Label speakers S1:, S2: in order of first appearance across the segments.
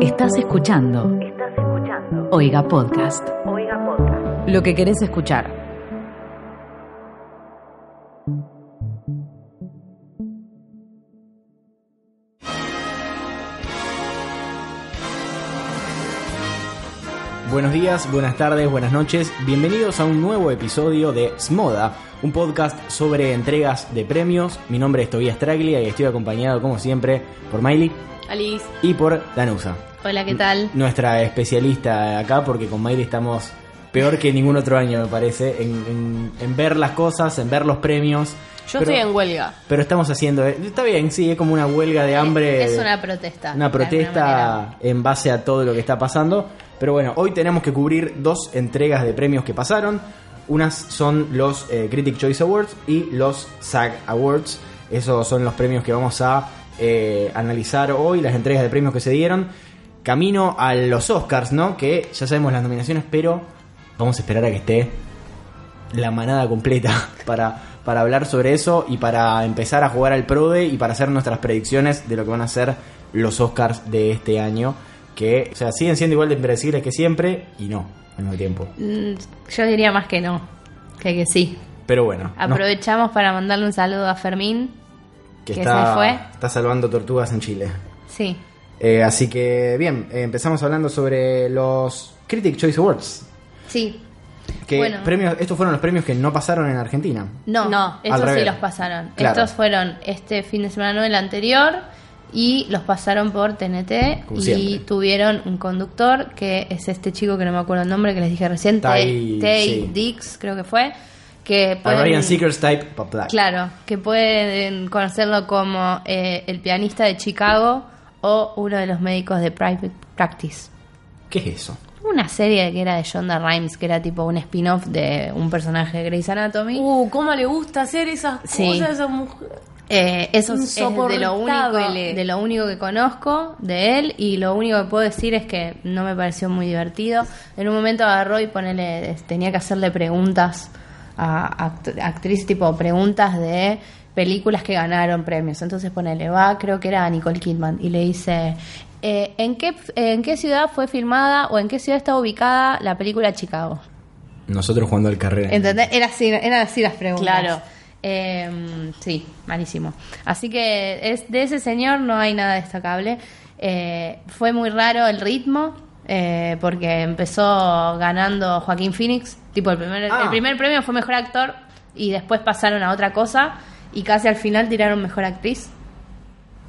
S1: Estás escuchando. Estás escuchando. Oiga Podcast. Oiga Podcast. Lo que querés escuchar.
S2: Buenos días, buenas tardes, buenas noches. Bienvenidos a un nuevo episodio de Smoda, un podcast sobre entregas de premios. Mi nombre es Tobias Traglia y estoy acompañado, como siempre, por Miley
S3: Alice.
S2: y por Danusa,
S3: Hola, ¿qué tal?
S2: nuestra especialista acá, porque con Miley estamos peor que ningún otro año, me parece, en, en- en ver las cosas, en ver los premios.
S3: Yo
S2: Pero-
S3: estoy en huelga.
S2: Pero estamos haciendo. eh, Está bien, sí, es como una huelga de hambre.
S3: Es una protesta.
S2: Una
S3: de alguna manera.
S2: protesta en base a todo lo que está pasando. Pero bueno, hoy tenemos que cubrir dos entregas de premios que pasaron. Unas son los eh, Critic Choice Awards y los SAG Awards. Esos son los premios que vamos a eh, analizar hoy, las entregas de premios que se dieron. Camino a los Oscars, ¿no? Que ya sabemos las nominaciones, pero vamos a esperar a que esté la manada completa para, para hablar sobre eso y para empezar a jugar al PRODE y para hacer nuestras predicciones de lo que van a ser los Oscars de este año. Que, o sea, siguen siendo igual de impredecibles que siempre y no, al mismo tiempo.
S3: Mm, Yo diría más que no. Que que sí.
S2: Pero bueno, no,
S3: Aprovechamos para mandarle un saludo a Fermín. que se fue.
S2: está salvando tortugas en Chile.
S3: Sí.
S2: Eh, así que, bien, eh, empezamos hablando sobre los Critic Choice Awards.
S3: Sí.
S2: Que
S3: Bueno.
S2: premios, estos fueron los premios que no pasaron en Argentina.
S3: No,
S4: No,
S2: al
S3: estos sí
S2: revés.
S3: los pasaron.
S2: Claro.
S3: Estos fueron este fin de semana, no el anterior, y los pasaron por TNT
S2: Como
S3: y
S2: siempre.
S3: tuvieron un conductor que es este chico que no me acuerdo el nombre que les dije recién,
S2: Tai-
S3: Tay Tay
S2: sí.
S3: Dix, creo que fue, que
S2: A
S3: pueden-
S2: Ryan Seekers Type Pop Black.
S3: Claro, que pueden conocerlo como eh, el pianista de Chicago o uno de los médicos de Private Practice.
S2: ¿Qué es eso?
S3: Una serie que era de Shonda Rhimes, que era tipo un spin-off de un personaje de Grey's Anatomy.
S4: Uh, cómo le gusta hacer esas
S3: Sí.
S4: cosas a esa mujer.
S3: Eh, eso es de lo, único,
S4: Insoportable.
S3: de lo único que conozco de él y lo único que puedo decir es que no me pareció muy divertido. En un momento agarró y ponele, este, tenía que hacerle preguntas a act- actrices, tipo preguntas de películas que ganaron premios. Entonces ponele, va, creo que era Nicole Kidman y le dice... eh, ¿en, qué, ¿En qué ciudad fue filmada o en qué ciudad está ubicada la película Chicago?
S2: Nosotros jugando al carrera.
S3: ¿Entendés? Era así, eran así las preguntas.
S4: Claro.
S3: Eh, sí, malísimo. Así que es, de ese señor no hay nada destacable. Eh, fue muy raro el ritmo, eh, porque empezó ganando Joaquín Phoenix. Tipo, el primer,
S2: Ah.
S3: el primer premio fue mejor actor y después pasaron a otra cosa y casi al final tiraron mejor actriz.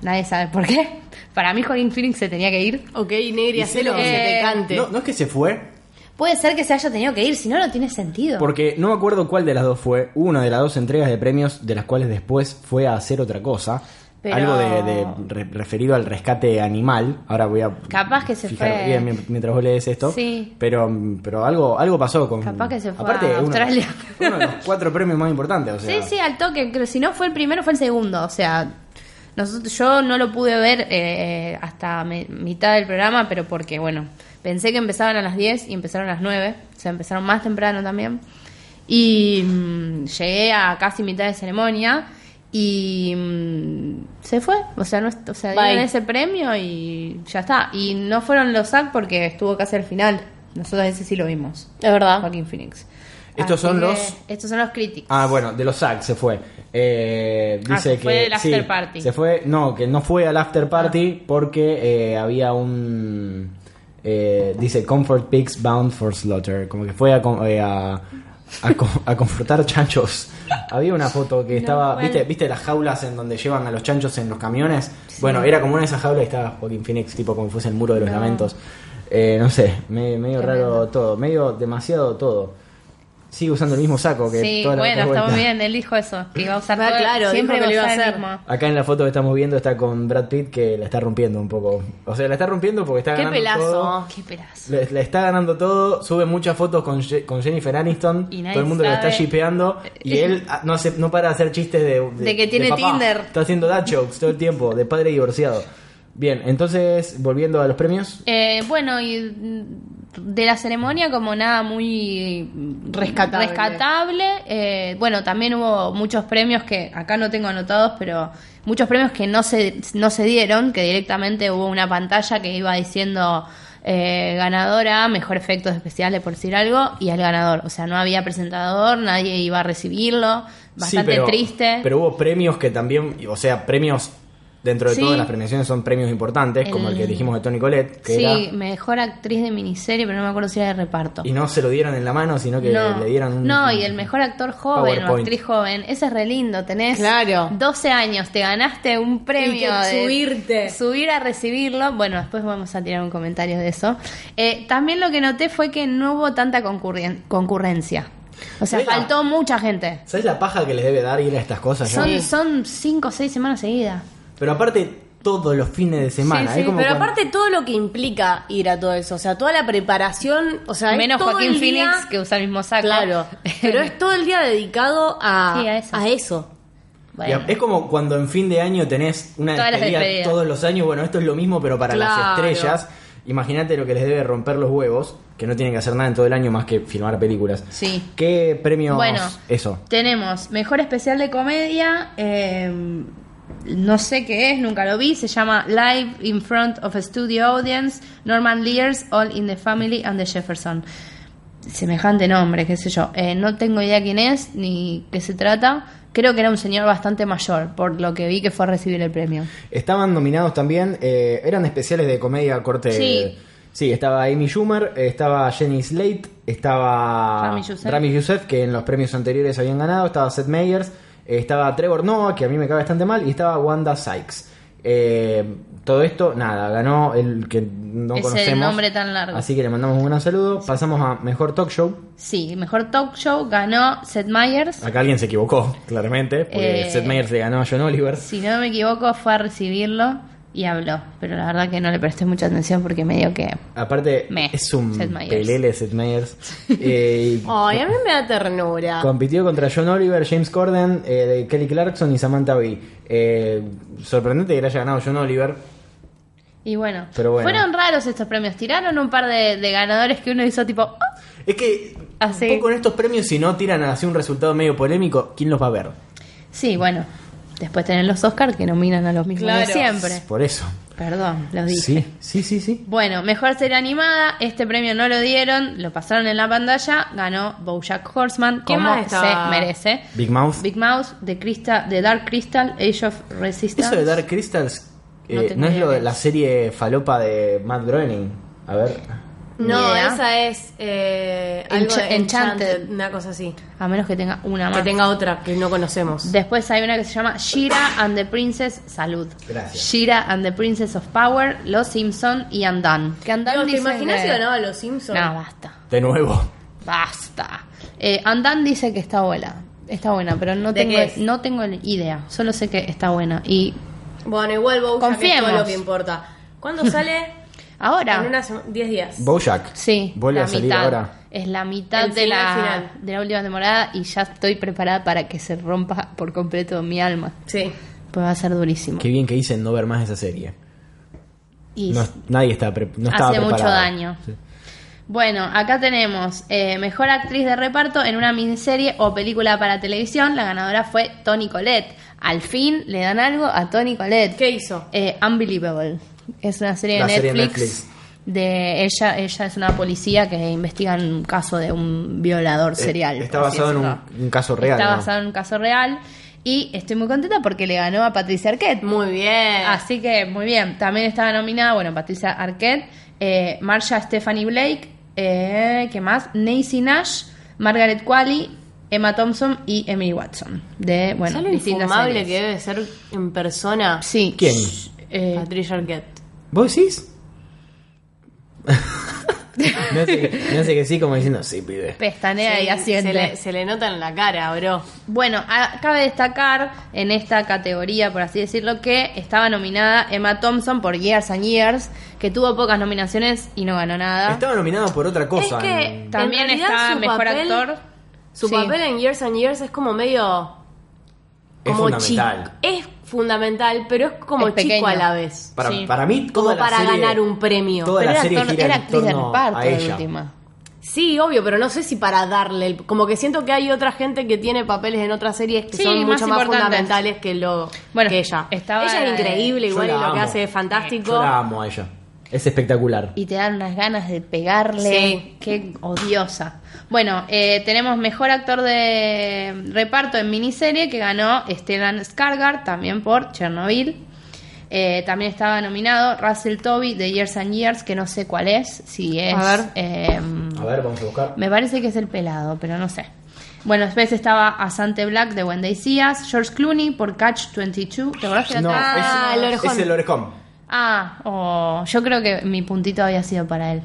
S3: Nadie sabe por qué. Para mí, Joaquín Phoenix se tenía que ir.
S4: Ok, Negri,
S2: Y
S4: hacé
S2: sí,
S4: lo que
S2: no.
S4: se te
S3: Eh,
S4: cante.
S2: No, no es que se fue,
S3: Puede ser que se haya tenido que ir, si no, no tiene sentido.
S2: porque no me acuerdo cuál de las dos fue. Hubo Una de las dos entregas de premios, de las cuales después fue a hacer otra cosa.
S3: Pero-
S2: Algo de, de re- referido al rescate animal. Ahora voy a.
S3: Capaz que se
S2: fijar
S3: fue.
S2: bien mien- mientras vos lees esto.
S3: Sí.
S2: Pero, mm, pero algo, algo pasó con.
S3: Capaz que se fue
S2: Aparte,
S3: a
S2: uno-
S3: Australia.
S2: Uno, de los cuatro premios más importantes. O sea,
S3: Sí, sí, al toque. Creo, si no fue el primero, fue el segundo. O sea, nosotros, yo no lo pude ver eh, hasta me- mitad del programa, pero porque, bueno, pensé que empezaban a las 10 y empezaron a las 9. O sea, empezaron más temprano también. Y mm, llegué a casi mitad de ceremonia y mm, se fue. O sea, no, est- o sea
S4: Bye.
S3: dieron ese premio y ya está. Y no fueron los SAC porque estuvo casi al final. Nosotros ese sí lo vimos.
S4: Es verdad.
S3: Joaquín Phoenix.
S2: Ah. Estos son
S3: que
S2: los-
S3: Estos son los críticos.
S2: Ah, bueno, de los SAC se fue. Eh, dice
S3: Ah, se
S2: que,
S3: fue del after
S2: sí,
S3: party. Ah.
S2: Se fue, no, que no fue al after party porque eh, había un. eh, dice Comfort Pigs Bound for Slaughter. Como que fue a. com- eh, a a com- a confortar chanchos. Había una foto que estaba.
S3: bueno.
S2: ¿viste, ¿Viste las jaulas en donde llevan a los chanchos en los camiones? Bueno, era como una de esas jaulas y estaba Joaquín Phoenix, tipo como fuese el muro de los lamentos. Eh, no sé, me- medio raro todo. Medio demasiado todo. Sigue usando el mismo saco que
S3: Sí,
S2: toda la
S3: bueno,
S2: otra
S3: está muy
S2: vuelta.
S3: bien, él dijo eso, que iba a usar
S4: Ah,
S3: todo,
S4: claro,
S3: siempre
S4: dijo que lo iba
S3: va
S4: a
S3: usar el
S4: hacer.
S3: mismo.
S2: Acá en la foto que estamos viendo está con Brad Pitt que la está rompiendo un poco. O sea, la está rompiendo porque está
S4: Qué
S2: ganando
S4: pelazo.
S2: todo.
S3: Oh, Qué pedazo.
S2: Le, le está ganando todo, sube muchas fotos con, Je- con Jennifer Aniston,
S3: Y nadie
S2: todo el mundo la está
S3: sabe. Eh,
S2: shipeando y él ah, no, hace- no para de hacer chistes de,
S3: De que tiene
S2: papá.
S3: Tinder.
S2: Está haciendo dad jokes todo el tiempo, de padre divorciado. Bien, entonces, volviendo a los premios.
S3: Eh, bueno, y mm, de la ceremonia como nada muy
S5: Rescatable.
S3: rescatable. Eh, bueno, también hubo muchos premios que acá no tengo anotados, pero muchos premios que no se, no se dieron, que directamente hubo una pantalla que iba diciendo eh, ganadora, mejor efectos especiales por decir algo, y al ganador. O sea, no había presentador, nadie iba a recibirlo, bastante
S2: Sí, pero-
S3: triste.
S2: Pero hubo premios que también, o sea, premios dentro de
S3: Sí.
S2: todas las premiaciones son premios importantes, como el
S3: El-
S2: que dijimos de Tony Colette, que
S3: sí,
S2: era-
S3: mejor actriz de miniserie, pero no me acuerdo si era de reparto.
S2: y no se lo dieron en la mano, sino que
S3: no,
S2: le dieron un
S3: no, y el mejor actor joven o
S2: PowerPoint.
S3: actriz joven, ese es re lindo, tenés
S5: Claro.
S3: 12 años, te ganaste un premio.
S4: Y que
S3: de-
S4: subirte.
S3: Subir a recibirlo. Bueno, después vamos a tirar un comentario de eso. Eh, también lo que noté fue que no hubo tanta concurren- concurrencia. O sea,
S2: Mira.
S3: faltó mucha gente.
S2: ¿Sabes la paja que les debe dar ir a estas cosas? ya?
S3: Son, son cinco o seis semanas seguidas.
S2: Pero aparte, todos los fines de semana.
S4: Sí,
S2: es
S4: sí,
S2: como
S4: pero
S2: cuando-
S4: aparte todo lo que implica ir a todo eso, o sea, toda la preparación, o sea, es
S3: Menos
S4: todo
S3: Joaquín
S4: el día-
S3: Phoenix que usa el mismo saco.
S4: Claro, pero es todo el día dedicado a,
S3: Sí, a eso.
S4: a eso.
S2: Y a-
S3: Bueno.
S2: Es como cuando en fin de año tenés una
S3: Todas las
S2: despedida
S3: despedidas.
S2: todos los años. Bueno, esto es lo mismo, pero para las
S4: Claro.
S2: estrellas. Imagínate lo que les debe romper los huevos, que no tienen que hacer nada en todo el año más que filmar películas.
S3: Sí.
S2: ¿Qué premios?
S3: Bueno.
S2: Eso.
S3: Tenemos mejor especial de comedia. eh, no sé qué es, nunca lo vi. Se llama Live in Front of a Studio Audience, Norman Lears, All in the Family and the Jefferson. Semejante nombre, qué sé yo. Eh, no tengo idea quién es ni qué se trata. Creo que era un señor bastante mayor, por lo que vi que fue a recibir el premio.
S2: Estaban nominados también, eh, eran especiales de comedia corte.
S3: Sí.
S2: Sí, estaba Amy Schumer, estaba Jenny Slate, estaba
S3: Rami Youssef.
S2: Youssef, que en los premios anteriores habían ganado, estaba Seth Meyers, estaba Trevor Noah, que a mí me cae bastante mal, y estaba Wanda Sykes. Eh, todo esto, nada, ganó el que no
S3: Ese
S2: conocemos.
S3: nombre tan largo.
S2: Así que le mandamos un gran saludo. Pasamos a Mejor Talk Show.
S3: Sí, mejor talk show ganó Seth Meyers.
S2: Acá alguien se equivocó, claramente, porque
S3: Eh.
S2: Seth Meyers le ganó a John Oliver.
S3: Si no me equivoco, fue a recibirlo y habló. Pero la verdad que no le presté mucha atención porque medio que
S2: Aparte,
S3: Meh,
S2: es un
S3: Seth Meyers. Oh.
S2: pelele Seth Meyers. Eh, y
S5: Ay, a mí me da ternura.
S2: compitió contra John Oliver, James Corden, eh, Kelly Clarkson y Samantha Bee. Eh, sorprendente que le haya ganado John Oliver.
S3: Y bueno,
S2: Pero bueno.
S3: fueron raros estos premios. Tiraron un par de, de ganadores que uno hizo tipo. "Ah".
S2: Es que
S3: Así.
S2: un poco en estos premios, si no tiran así un resultado medio polémico, ¿quién los va a ver?
S3: Sí, bueno. Después tienen los Oscars que nominan a los mismos de
S5: Claro.
S3: siempre.
S2: Por eso.
S3: Perdón, los dije.
S2: Sí, sí, sí, sí.
S3: Bueno, mejor serie animada. Este premio no lo dieron, lo pasaron en la pantalla. Ganó Bojack Horseman,
S5: ¿Qué
S3: como
S5: más estaba?
S3: se merece.
S2: Big Mouth.
S3: Big Mouse, The, Crystal, The Dark Crystal, Age of Resistance.
S2: Eso de Dark Crystals eh,
S3: No
S2: no,
S3: tengo
S2: es
S3: idea
S2: lo
S3: de
S2: de la serie falopa de Matt Groening. A ver.
S3: Ni
S5: No,
S3: idea.
S5: esa es eh, algo
S3: Encha-
S5: de Enchanted,
S3: Enchanted.
S5: una cosa así.
S3: A menos que tenga una
S5: Que
S3: más.
S5: tenga otra que no conocemos.
S3: Después hay una que se llama Shira and the Princess Salud.
S2: Gracias.
S3: Shira and the Princess of Power, Los Simpson y Andan. Que Andan
S5: No, ¿Te
S3: dicen
S5: imaginas
S3: que-
S5: si ganaba los Simpsons?
S3: No, basta.
S2: De nuevo.
S3: Basta. Eh, Andan dice que está buena. Está buena, pero no
S5: ¿De
S3: tengo,
S5: qué es?
S3: no tengo ni idea. Solo sé que está buena. Y
S5: Bueno, igual Bojack es
S3: Confiemos.
S5: todo lo que importa. ¿Cuándo sale?
S3: ahora.
S5: En unas 10 días.
S2: Bojack.
S3: Sí,
S2: Vuelve
S3: la
S2: a salir
S3: mitad.
S2: ahora.
S3: Es la mitad
S5: El
S3: de la,
S5: final, final.
S3: de la última temporada y ya estoy preparada para que se rompa por completo mi alma.
S5: sí.
S3: Pues va a ser durísimo.
S2: Qué bien que dicen no ver más esa serie.
S3: Y
S2: No- nadie está pre- no estaba
S3: hace mucho
S2: preparado.
S3: daño.
S2: Sí.
S3: Bueno, acá tenemos eh, mejor actriz de reparto en una miniserie o película para televisión. La ganadora fue Toni Collette. Al fin le dan algo a Toni Collette.
S5: ¿Qué hizo?
S3: Eh, Unbelievable. Es una serie
S2: La
S3: de
S2: serie
S3: Netflix.
S2: de
S3: De ella, ella es una policía que investiga un caso de un violador serial.
S2: Eh, está
S3: por así
S2: basado en un-
S3: decirlo.
S2: un caso real,
S3: Está
S2: ¿no?
S3: basado en un caso real. Y estoy muy contenta porque le ganó a Patricia Arquette.
S5: Muy bien.
S3: Así que muy bien. También estaba nominada, bueno, Patricia Arquette, eh, Marsha Stephanie Blake, eh, ¿qué más? Nancy Nash, Margaret Qualley, Emma Thompson y Emily Watson. De, bueno,
S5: ¿Sabes lo
S3: distintas
S5: infumable
S3: series.
S5: que debe ser en persona?
S3: Sí.
S2: ¿Quién?
S3: Eh,
S5: Patricia Arquette.
S2: ¿Vos decís? me, hace, me hace que sí, como diciendo, sí, pibe.
S3: Pestanea
S5: Se-
S3: y asiente.
S5: Se le, se le nota en la cara, bro.
S3: Bueno, a- cabe destacar en esta categoría, por así decirlo, que estaba nominada Emma Thompson por Years and Years, que tuvo pocas nominaciones y no ganó nada.
S2: Estaba nominado por otra cosa.
S5: Es que-
S2: en-
S3: También
S5: en realidad
S3: está
S5: su
S3: mejor
S5: papel-
S3: actor.
S5: Su
S3: Sí.
S5: papel en Years and Years es como medio.
S2: Es
S5: Como
S2: fundamental.
S5: chi- Es fundamental, pero es como
S3: Es
S5: chico
S3: pequeño.
S5: a la vez.
S2: Para,
S3: Sí.
S2: para mí,
S5: Como
S2: toda la
S5: para
S2: serie-
S5: ganar un premio.
S2: Toda
S3: Pero
S2: la
S3: era,
S2: serie
S3: actor-
S2: gira
S3: era
S2: en
S3: actriz de
S2: torno
S3: reparto
S2: a
S3: de
S2: ella.
S3: última.
S5: Sí, obvio, pero no sé si para darle. el- Como que siento que hay otra gente que tiene papeles en otras series que
S3: Sí,
S5: son
S3: más
S5: mucho más,
S3: importantes.
S5: fundamentales que lo
S3: Bueno,
S5: que ella.
S3: estaba
S5: ella
S3: la
S5: es
S3: de-
S5: increíble,
S2: Yo
S5: igual y
S2: la
S5: lo que
S2: amo.
S5: hace es fantástico.
S2: Yo la amo a ella. Es espectacular.
S3: Y te dan unas ganas de pegarle.
S5: Sí.
S3: Qué odiosa. Bueno, eh, tenemos mejor actor de reparto en miniserie que ganó Stellan Skarsgård, también por Chernobyl. Eh, también estaba nominado Russell Toby de Years and Years, que no sé cuál es. Si es.
S5: A ver.
S3: em,
S2: A ver, vamos a buscar.
S3: me parece que es el pelado, pero no sé. Bueno, después estaba Asante Black de Wendy Seas, George Clooney por Catch 22. ¿Te acordás que era
S2: No,
S3: tan-
S5: Ah,
S2: es,
S5: el orejón.
S2: es el orejón.
S3: Ah, oh, yo creo que mi puntito había sido para él.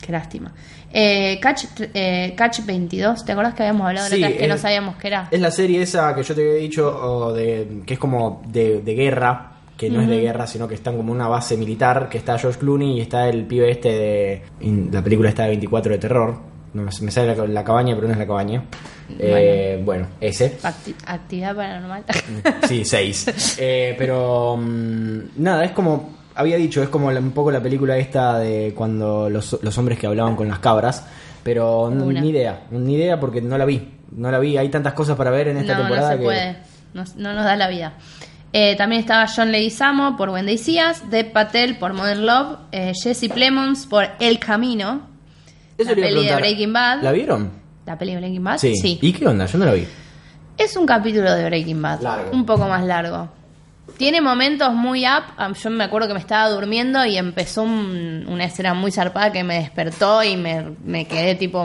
S3: Qué lástima. Eh, Catch, eh, Catch 22, ¿te acordás que habíamos hablado de
S2: Sí,
S3: la otra vez que
S2: es-
S3: no sabíamos que era?
S2: Es la serie esa que yo te había dicho, o de, que es como de, de guerra, que no es de guerra, sino que están como en una base militar, que está George Clooney y está el pibe este de... en la película está de 24 de terror. No, me- me sale la, la cabaña, pero no es la cabaña. Eh, bueno, ese.
S3: Acti- actividad paranormal.
S2: Sí, seis. Eh, pero mm, nada, es como había dicho, es como la- un poco la película esta de cuando los, los hombres que hablaban con las cabras, pero n-
S3: Una.
S2: ni idea, ni idea porque no la vi, no la vi. Hay tantas cosas para ver en esta
S3: no,
S2: temporada
S3: no se
S2: que
S3: puede. No, no nos da la vida. Eh, también estaba John Leguizamo por Wendy Seas, Deb Patel por Modern Love, eh, Jesse Plemons por El Camino,
S2: Eso le iba a
S3: La peli de
S2: preguntar,
S3: Breaking Bad.
S2: ¿La vieron?
S3: la peli de Breaking Bad.
S2: Sí. ¿Y qué onda? Yo no la vi.
S3: Es un capítulo de Breaking Bad.
S2: Largo.
S3: Un poco más largo. Tiene momentos muy up. Am- Yo me acuerdo que me estaba durmiendo y empezó un- una escena muy zarpada que me despertó y me, me quedé tipo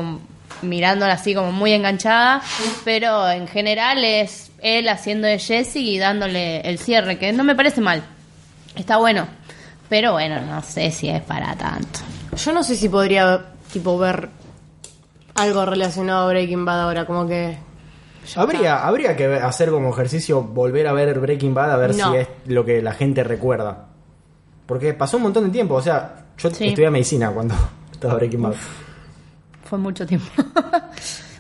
S3: mirándola así como muy enganchada. Pero en general es él haciendo de Jesse y dándole el cierre, que no me parece mal. Está bueno. Pero bueno, no sé si es para tanto.
S5: Yo no sé si podría, tipo, ver algo relacionado a Breaking Bad ahora, como que...
S2: Habría, habría que ver- hacer como ejercicio volver a ver Breaking Bad a ver
S5: No.
S2: si es lo que la gente recuerda. Porque pasó un montón de tiempo, o sea, yo
S3: Sí.
S2: estudié medicina cuando estaba Breaking Bad.
S3: Fue mucho tiempo.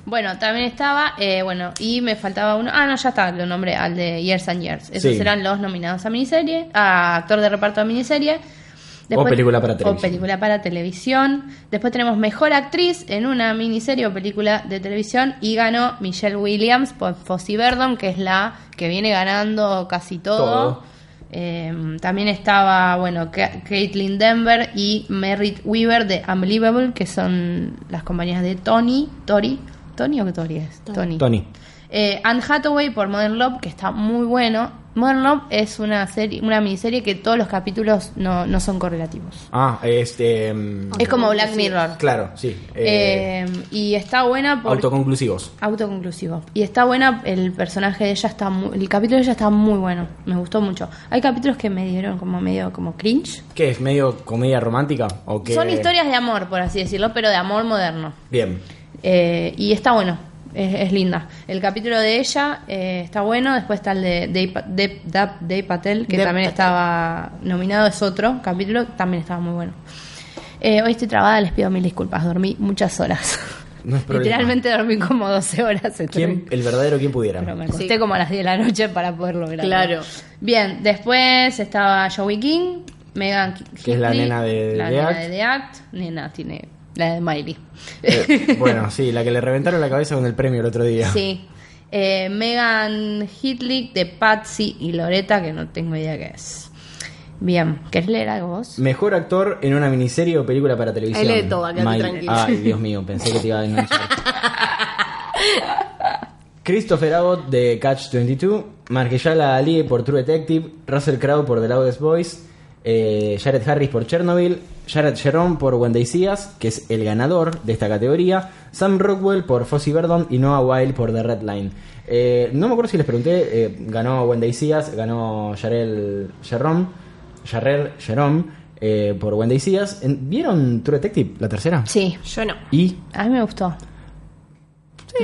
S3: bueno, también estaba, eh, bueno, y me faltaba uno. Ah, no, ya está, lo nombré al de Years and Years. Esos
S2: Sí.
S3: eran los nominados a miniserie, a actor de reparto a miniserie.
S2: película para
S3: O
S2: televisión.
S3: película para televisión. Después tenemos mejor actriz en una miniserie o película de televisión y ganó Michelle Williams por Fossey Verdon, que es la que viene ganando casi todo.
S2: Todo.
S3: Eh, también estaba, bueno, Ca- Caitlin Denver y Merritt Weaver de Unbelievable, que son las compañías de Tony, Tori, Tony o qué Tori es? Tony.
S2: Tony.
S3: Eh, Anne Hathaway por Modern Love, que está muy bueno. Modern Love es una serie, una miniserie que todos los capítulos no, no son correlativos.
S2: Ah, este... mm,
S3: Es como Black Mirror.
S2: Claro, sí. eh,
S3: Eh, y está buena porque
S2: autoconclusivos.
S3: autoconclusivo. Y está buena, el personaje de ella está muy, el capítulo de ella está muy bueno, me gustó mucho. Hay capítulos que me dieron como medio como cringe.
S2: ¿Qué es? ¿Medio comedia romántica? ¿O qué?
S3: Son historias de amor, por así decirlo, pero de amor moderno.
S2: Bien.
S3: Eh, y está bueno, es, es linda. El capítulo de ella eh, está bueno, después está el de Dave Pa- Dave- Dave- Dave Patel, que
S5: Dave
S3: también
S5: Patel.
S3: estaba nominado, es otro capítulo, también estaba muy bueno. Eh, hoy estoy trabada, les pido mil disculpas, dormí muchas horas.
S2: No es problema.
S3: Literalmente dormí como 12 horas. estuve-
S2: ¿Quién, el verdadero quien pudiera.
S3: pero me acosté como a las 10 de la noche para poder lograrlo.
S5: Claro.
S3: Bien, después estaba Joey King, Megan
S2: Que es la nena de
S3: la
S2: The
S3: nena
S2: Act.
S3: de The Act. Nena tiene la de Miley.
S2: Eh, bueno, sí, la que le reventaron la cabeza con el premio el otro día.
S3: sí. Eh, Megan Hitlick de Patsy y Loreta, que no tengo idea qué es. Bien, ¿querés leer algo vos?
S2: Mejor actor en una miniserie o película para televisión.
S5: Él es todo, quédate
S2: Miley-
S5: tranquilo.
S2: Ay, Dios mío, pensé que te iba a enganchar. Christopher Abbott de Catch 22, Marqueshala Ali por True Detective, Russell Crowe por The Loudest Voice, eh, Jared Harris por Chernobyl, Jared Jerome por When They See Us, que es el ganador de esta categoría, Sam Rockwell por Fossey Verdon y Noah Wilde por The Red Line. Eh, no me acuerdo si les pregunté, eh, ganó When They See Us, ganó Jared Jerome, Jared Jerome eh, por When They See Us. En- ¿Vieron True Detective, la tercera?
S3: Sí,
S5: Yo no.
S2: Y...
S3: a mí me gustó.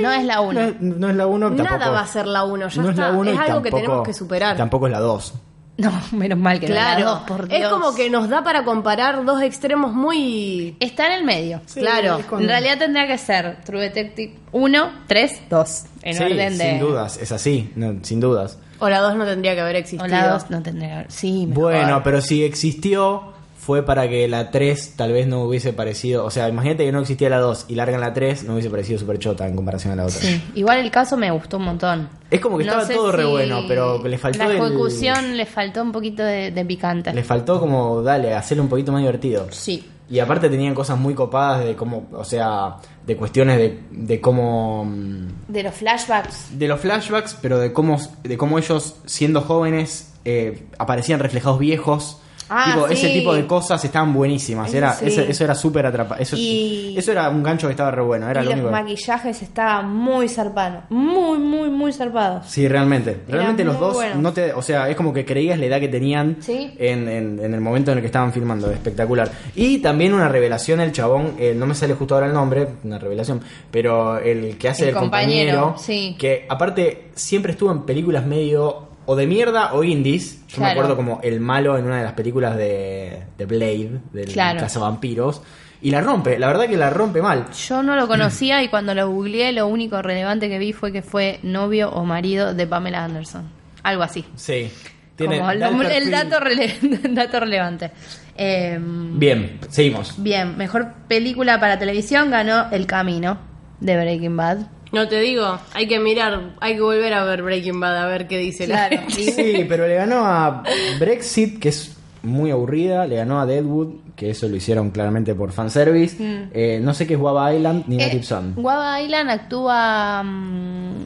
S3: no es la una.
S2: No, no es la 1,
S5: Nada va a ser la 1, ya
S2: no
S5: está.
S2: es la uno
S5: es
S2: y
S5: algo que
S2: tampoco-
S5: tenemos que superar.
S2: Tampoco es la 2.
S3: No, menos mal que
S5: Claro,
S3: no es la dos, por
S5: es
S3: Dios.
S5: como que nos da para comparar dos extremos muy...
S3: Está en el medio.
S5: claro,
S3: En realidad tendría que ser True Detective 1, 3, 2. En
S2: sí,
S3: orden de.
S2: sin dudas, es así, no, sin dudas.
S5: O la 2 no tendría que haber
S3: O
S5: existido.
S3: la 2 no tendría que haber. Sí, mejor.
S2: Bueno, pero si existió, fue para que la 3 tal vez no hubiese parecido. O sea, imagínate que no existía la 2 y largan la 3, no hubiese parecido súper chota en comparación a la otra.
S3: Sí, igual el caso me gustó un montón.
S2: Es como que
S3: No
S2: estaba
S3: sé
S2: todo re
S3: si
S2: bueno, pero le faltó
S3: La
S2: el-
S3: ejecución le faltó un poquito de, de picante.
S2: Le faltó como, dale, hacerlo un poquito más divertido.
S3: Sí.
S2: Y aparte tenían cosas muy copadas de cómo, o sea, de cuestiones de, de cómo... mm,
S3: De los flashbacks.
S2: de los flashbacks, pero de cómo, de cómo ellos, siendo jóvenes, eh, aparecían reflejados viejos.
S3: Ah,
S2: Tipo,
S3: sí.
S2: Ese tipo de cosas estaban buenísimas. Era,
S3: Eso sí.
S2: ese- eso era súper atrapado. Eso,
S3: Y-
S2: eso era un gancho que estaba re bueno. Era
S3: y
S2: lo
S3: los
S2: único. que-
S3: maquillajes estaban muy zarpados. Muy, muy, muy zarpados.
S2: Sí, realmente. Realmente los
S3: muy
S2: dos
S3: bueno.
S2: no te, o sea, es como que creías la edad que tenían
S3: Sí.
S2: en, en- en el momento en el que estaban filmando, espectacular. Y también una revelación el chabón, eh, no me sale justo ahora el nombre, una revelación, pero el que hace el,
S3: El
S2: compañero,
S3: compañero, sí.
S2: que aparte siempre estuvo en películas medio o de mierda o indies. Yo me
S3: Claro.
S2: acuerdo como el malo en una de las películas de, de Blade, del
S3: Claro.
S2: cazavampiros, y la rompe, la verdad que la rompe mal.
S3: Yo no lo conocía y cuando lo googleé lo único relevante que vi fue que fue novio o marido de Pamela Anderson. Algo así.
S2: Sí.
S3: Como el,
S2: da
S3: nombre-
S2: perfil.
S3: el dato, rele- dato relevante. Eh,
S2: Bien, seguimos.
S3: bien, mejor película para televisión ganó El Camino de Breaking Bad.
S5: No te digo, hay que mirar, hay que volver a ver Breaking Bad a ver qué dice la gente.
S2: Sí, pero le ganó a Brexit, que es muy aburrida, le ganó a Deadwood, que eso lo hicieron claramente por fanservice.
S5: Mm.
S2: Eh, no sé qué es Guava Island
S5: Eh,
S2: ni Native Son.
S3: Guava Island Eh, actúa mm,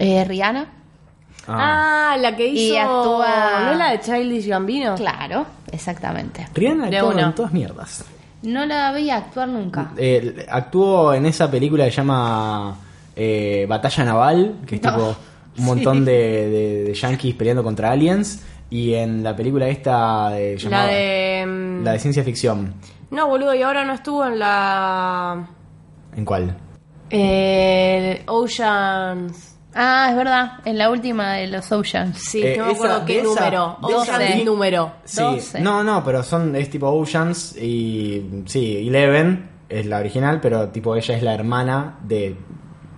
S3: eh, Rihanna.
S2: Ah.
S5: Ah, la que hizo.
S3: Y actúa-
S5: ¿No es la de Childish Gambino?
S3: Claro, exactamente.
S2: Rihanna
S5: de
S2: actuó en
S5: una.
S2: todas mierdas.
S3: No la veía actuar nunca.
S2: Eh, actuó en esa película que se llama eh, Batalla Naval, que es tipo un montón de, de- de yankees peleando contra aliens. Y en la película esta de,
S5: La
S2: llamada-
S5: de. mm,
S2: la de ciencia ficción.
S5: No, boludo, y ahora no estuvo en la. eh,
S2: ¿En cuál?
S5: El Oceans.
S3: Ah, es verdad, en la última de los Oceans.
S5: Sí,
S2: Eh,
S5: no me
S2: esa-
S5: acuerdo qué
S2: de esa-
S5: número.
S2: de
S5: Ocean
S3: esa-
S5: es número.
S2: Sí,
S3: 12.
S2: no, no, pero son, es tipo Oceans y, sí, Eleven es la original, pero tipo ella es la hermana de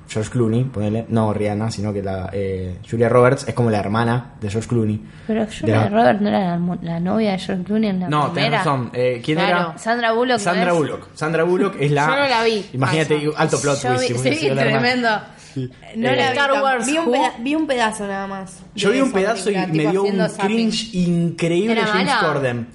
S2: George Clooney, ponele, no Rihanna, sino que la eh, Julia Roberts es como la hermana de George Clooney.
S3: Pero yo
S2: De la-
S3: Robert no era la, mo- la novia de George Clooney en la
S2: No, tenés
S3: primera.
S2: razón. Eh, ¿Quién
S5: Claro.
S2: era?
S3: Sandra Bullock. ¿no
S2: Sandra
S3: es?
S2: Bullock. Sandra Bullock es la...
S5: Yo no la vi.
S2: Imagínate,
S5: Ah, yo-
S2: alto plot
S3: Yo
S2: twist.
S3: vi,
S2: si
S3: sí,
S2: hubiese sido la hermana.
S3: tremendo.
S2: Sí.
S3: No
S2: Eh,
S3: la vi,
S5: Star
S3: tam-
S5: Wars,
S3: vi, un
S5: who?
S3: peda- vi un pedazo nada más. de
S2: Yo vi un
S3: esa
S2: pedazo y
S3: película, tipo
S2: me dio
S3: haciendo
S2: un
S3: zapping.
S2: cringe increíble
S5: ¿Era
S2: James
S5: mala?
S2: Corden.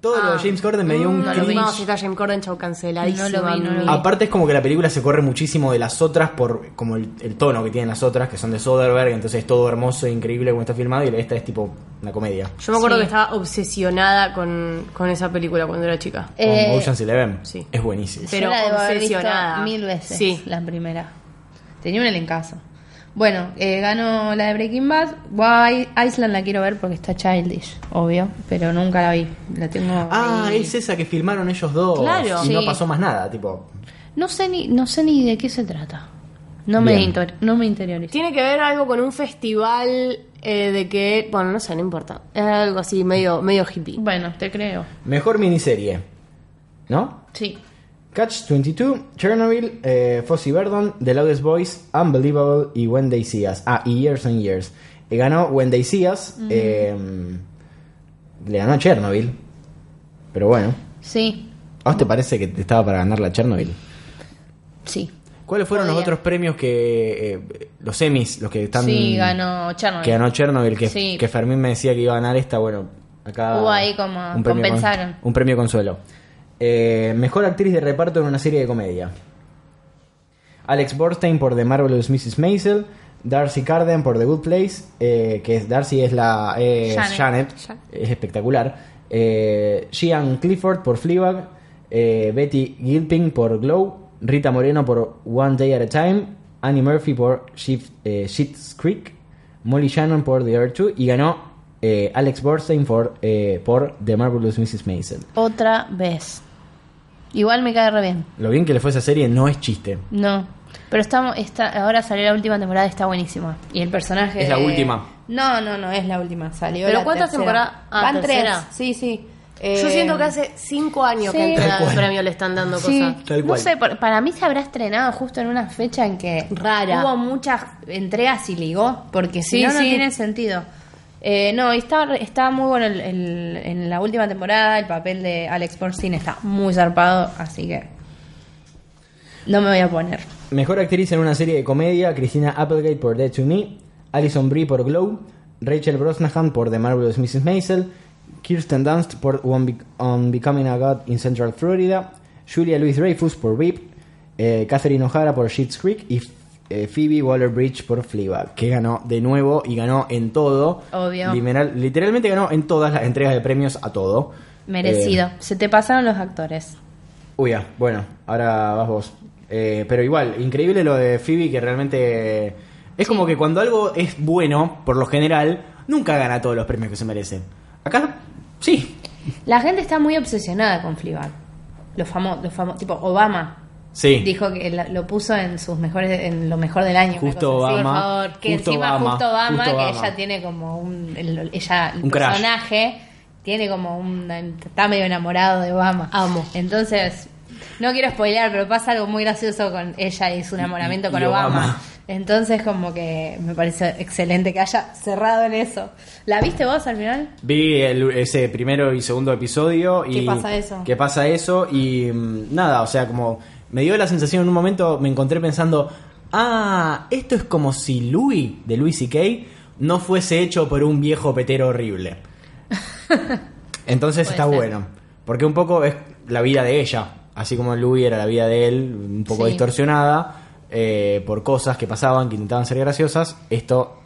S2: Todo
S3: Ah.
S2: lo de James Corden me dio
S3: Mm,
S2: un
S5: No,
S2: cringe.
S5: Mm, no, si está James Corden, chau, Ah, canceladísimo.
S3: No lo vi, no lo vi.
S5: amigo.
S2: Aparte es como que la película se corre muchísimo de las otras por como el, el tono que tienen las otras, que son de Soderbergh, entonces es todo hermoso e increíble como está filmado y esta es tipo una comedia.
S5: Yo me acuerdo
S3: Sí.
S5: que estaba obsesionada con, con esa película cuando era chica.
S3: Eh,
S2: Como Ocean's Eleven.
S5: sí.
S2: Es buenísimo.
S5: pero
S3: Yo la debo haber visto
S5: obsesionada.
S3: mil veces.
S5: Sí.
S3: La primera. Tenía un elencazo. Bueno, eh, ganó la de Breaking Bad. Guay, Island la quiero ver porque está childish, obvio. Pero nunca la vi. La tengo.
S2: Ah,
S3: ahí.
S2: es esa que filmaron ellos dos
S5: Claro.
S2: y no
S3: Sí.
S2: pasó más nada, tipo.
S3: No sé ni, no sé ni de qué se trata. No me,
S2: Bien.
S3: inter- no me interiorizo.
S5: Tiene que ver algo con un festival eh, de que. Bueno, no sé, no importa. Es algo así, medio, medio hippie.
S3: Bueno, te creo.
S2: Mejor miniserie. ¿No?
S3: Sí.
S2: Catch 22, Chernobyl, eh, Fossey Verdon, The Loudest Voice, Unbelievable y When They See Us. Ah, y Years and Years. Eh, ganó When They See Us. eh, le ganó a Chernobyl. Pero bueno.
S3: Sí.
S2: ¿A vos te parece que te estaba para ganar la Chernobyl?
S3: Sí.
S2: ¿Cuáles fueron los
S3: Podía.
S2: otros premios que. eh, los Emmys, los que están.
S3: Sí, ganó Chernobyl.
S2: Que ganó Chernobyl, que,
S3: Sí.
S2: que Fermín me decía que iba a ganar esta, bueno, acá.
S3: Hubo ahí como
S2: premio con-
S3: compensaron.
S2: un premio consuelo. Eh, mejor actriz de reparto en una serie de comedia. Alex Borstein por The Marvelous Mrs. Maisel. Darcy Carden por The Good Place, eh, que es Darcy es la eh, Janet.
S3: Janet.
S2: es espectacular. Eh, Gian Clifford por Fleabag, eh, Betty Gilpin por Glow, Rita Moreno por One Day at a Time, Annie Murphy por Shif- eh, Schitt's Creek, Molly Shannon por The Other Two y ganó eh, Alex Borstein por, eh, por The Marvelous Mrs. Maisel.
S3: Otra vez. Igual me cae re bien.
S2: Lo bien que le fue esa serie no es chiste.
S3: No. Pero estamos, esta, ahora salió la última temporada, está buenísima. Y el personaje.
S2: Es la
S3: de-
S2: última.
S3: No, no, no, es la última. Eh, Salió.
S5: ¿Pero
S3: la
S5: cuántas
S3: tercera.
S5: temporadas? Ah,
S3: Van
S5: tercera.
S3: tres. Sí, sí.
S5: Yo
S3: Eh,
S5: siento que hace cinco años
S3: sí.
S5: que
S3: Tal
S5: entra
S2: cual.
S5: el premio le están dando
S3: Sí.
S5: cosas.
S2: Tal
S3: No
S2: cual.
S3: sé, por- para mí se habrá estrenado justo en una fecha en que
S5: Rara.
S3: hubo muchas entregas y ligó, porque si
S5: Sí,
S3: no, no
S5: sí.
S3: tiene sentido. Eh, no, y está, está muy bueno el- el- en la última temporada. El papel de Alex Borstein está muy zarpado, así que no me voy a poner.
S2: Mejor actriz en una serie de comedia, Christina Applegate por Dead to Me, Alison Brie por Glow, Rachel Brosnahan por The Marvelous Mrs. Maisel, Kirsten Dunst por One Be- On Becoming a God in Central Florida, Julia Louis-Dreyfus por Rip, eh, Catherine O'Hara por Schitt's Creek y eh, Phoebe Waller-Bridge por Fleabag, que ganó de nuevo y ganó en todo.
S3: Obvio.
S2: Limeral- literalmente ganó en todas las entregas de premios a todo.
S3: Merecido.
S2: Eh,
S3: Se te pasaron los actores.
S2: Uy, ya, bueno, ahora vas vos. Eh, pero igual, increíble lo de Phoebe que realmente... Es como que cuando algo es bueno, por lo general, nunca gana todos los premios que se merecen. Acá, sí.
S3: La gente está muy obsesionada con Fleabag. Los famosos, los famo- tipo Obama
S2: Sí.
S3: dijo que la- lo puso en sus mejores, en lo mejor del año. una
S2: Justo
S3: cosa así.
S2: Obama,
S3: Por favor, que
S2: justo
S3: encima
S2: Obama,
S3: justo Obama,
S2: justo
S3: que
S2: Obama.
S3: ella tiene como un, el- ella, el
S2: Un crush.
S3: personaje tiene como un, está medio enamorado de Obama.
S5: Amo.
S3: Entonces, no quiero spoilear, pero pasa algo muy gracioso con ella y su enamoramiento
S2: y-
S3: con
S2: y
S3: Obama.
S2: Obama.
S3: Entonces, como que me pareció excelente que haya cerrado en eso. ¿La viste vos al final?
S2: Vi el- ese primero y segundo episodio y...
S5: ¿Qué pasa eso?
S2: ¿Qué pasa eso? Y mm, nada, o sea, como... Me dio la sensación en un momento, me encontré pensando... Ah, esto es como si Louis, de Louis C.K., no fuese hecho por un viejo petero horrible. Entonces está bueno. Porque un poco es la vida de ella. Así como Louis era la vida de él, un poco
S3: Sí.
S2: distorsionada, eh, por cosas que pasaban que intentaban ser graciosas, esto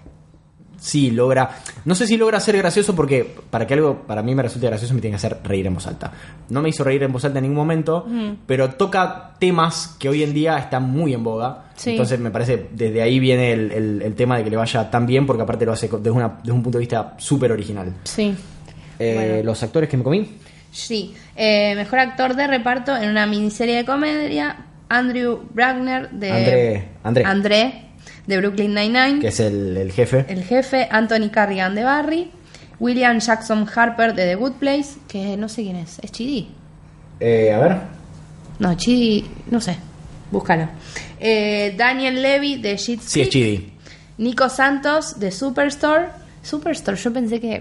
S2: sí logra. No sé si logra ser gracioso porque para que algo para mí me resulte gracioso me tiene que hacer reír en voz alta. No me hizo reír en voz alta en ningún momento, pero toca temas que hoy en día están muy en boga.
S3: Sí.
S2: Entonces me parece desde ahí viene el, el- el tema de que le vaya tan bien porque aparte lo hace co- desde, una- desde un punto de vista súper original.
S3: Sí.
S2: Eh,
S3: Bueno.
S2: Los actores que me comí.
S3: Sí, eh, mejor actor de reparto en una miniserie de comedia, Andrew Bragner de
S2: André- André.
S3: André, de Brooklyn Nine-Nine,
S2: que es el, el jefe.
S3: el jefe Anthony Carrigan de Barry, William Jackson Harper de The Good Place, que no sé quién es, es Chidi.
S2: Eh, a ver.
S3: No, Chidi, no sé, búscalo. Eh, Daniel Levy de Shit's
S2: Sí, es
S3: Creek.
S2: Chidi.
S3: Nico Santos de Superstore. Superstore, yo pensé que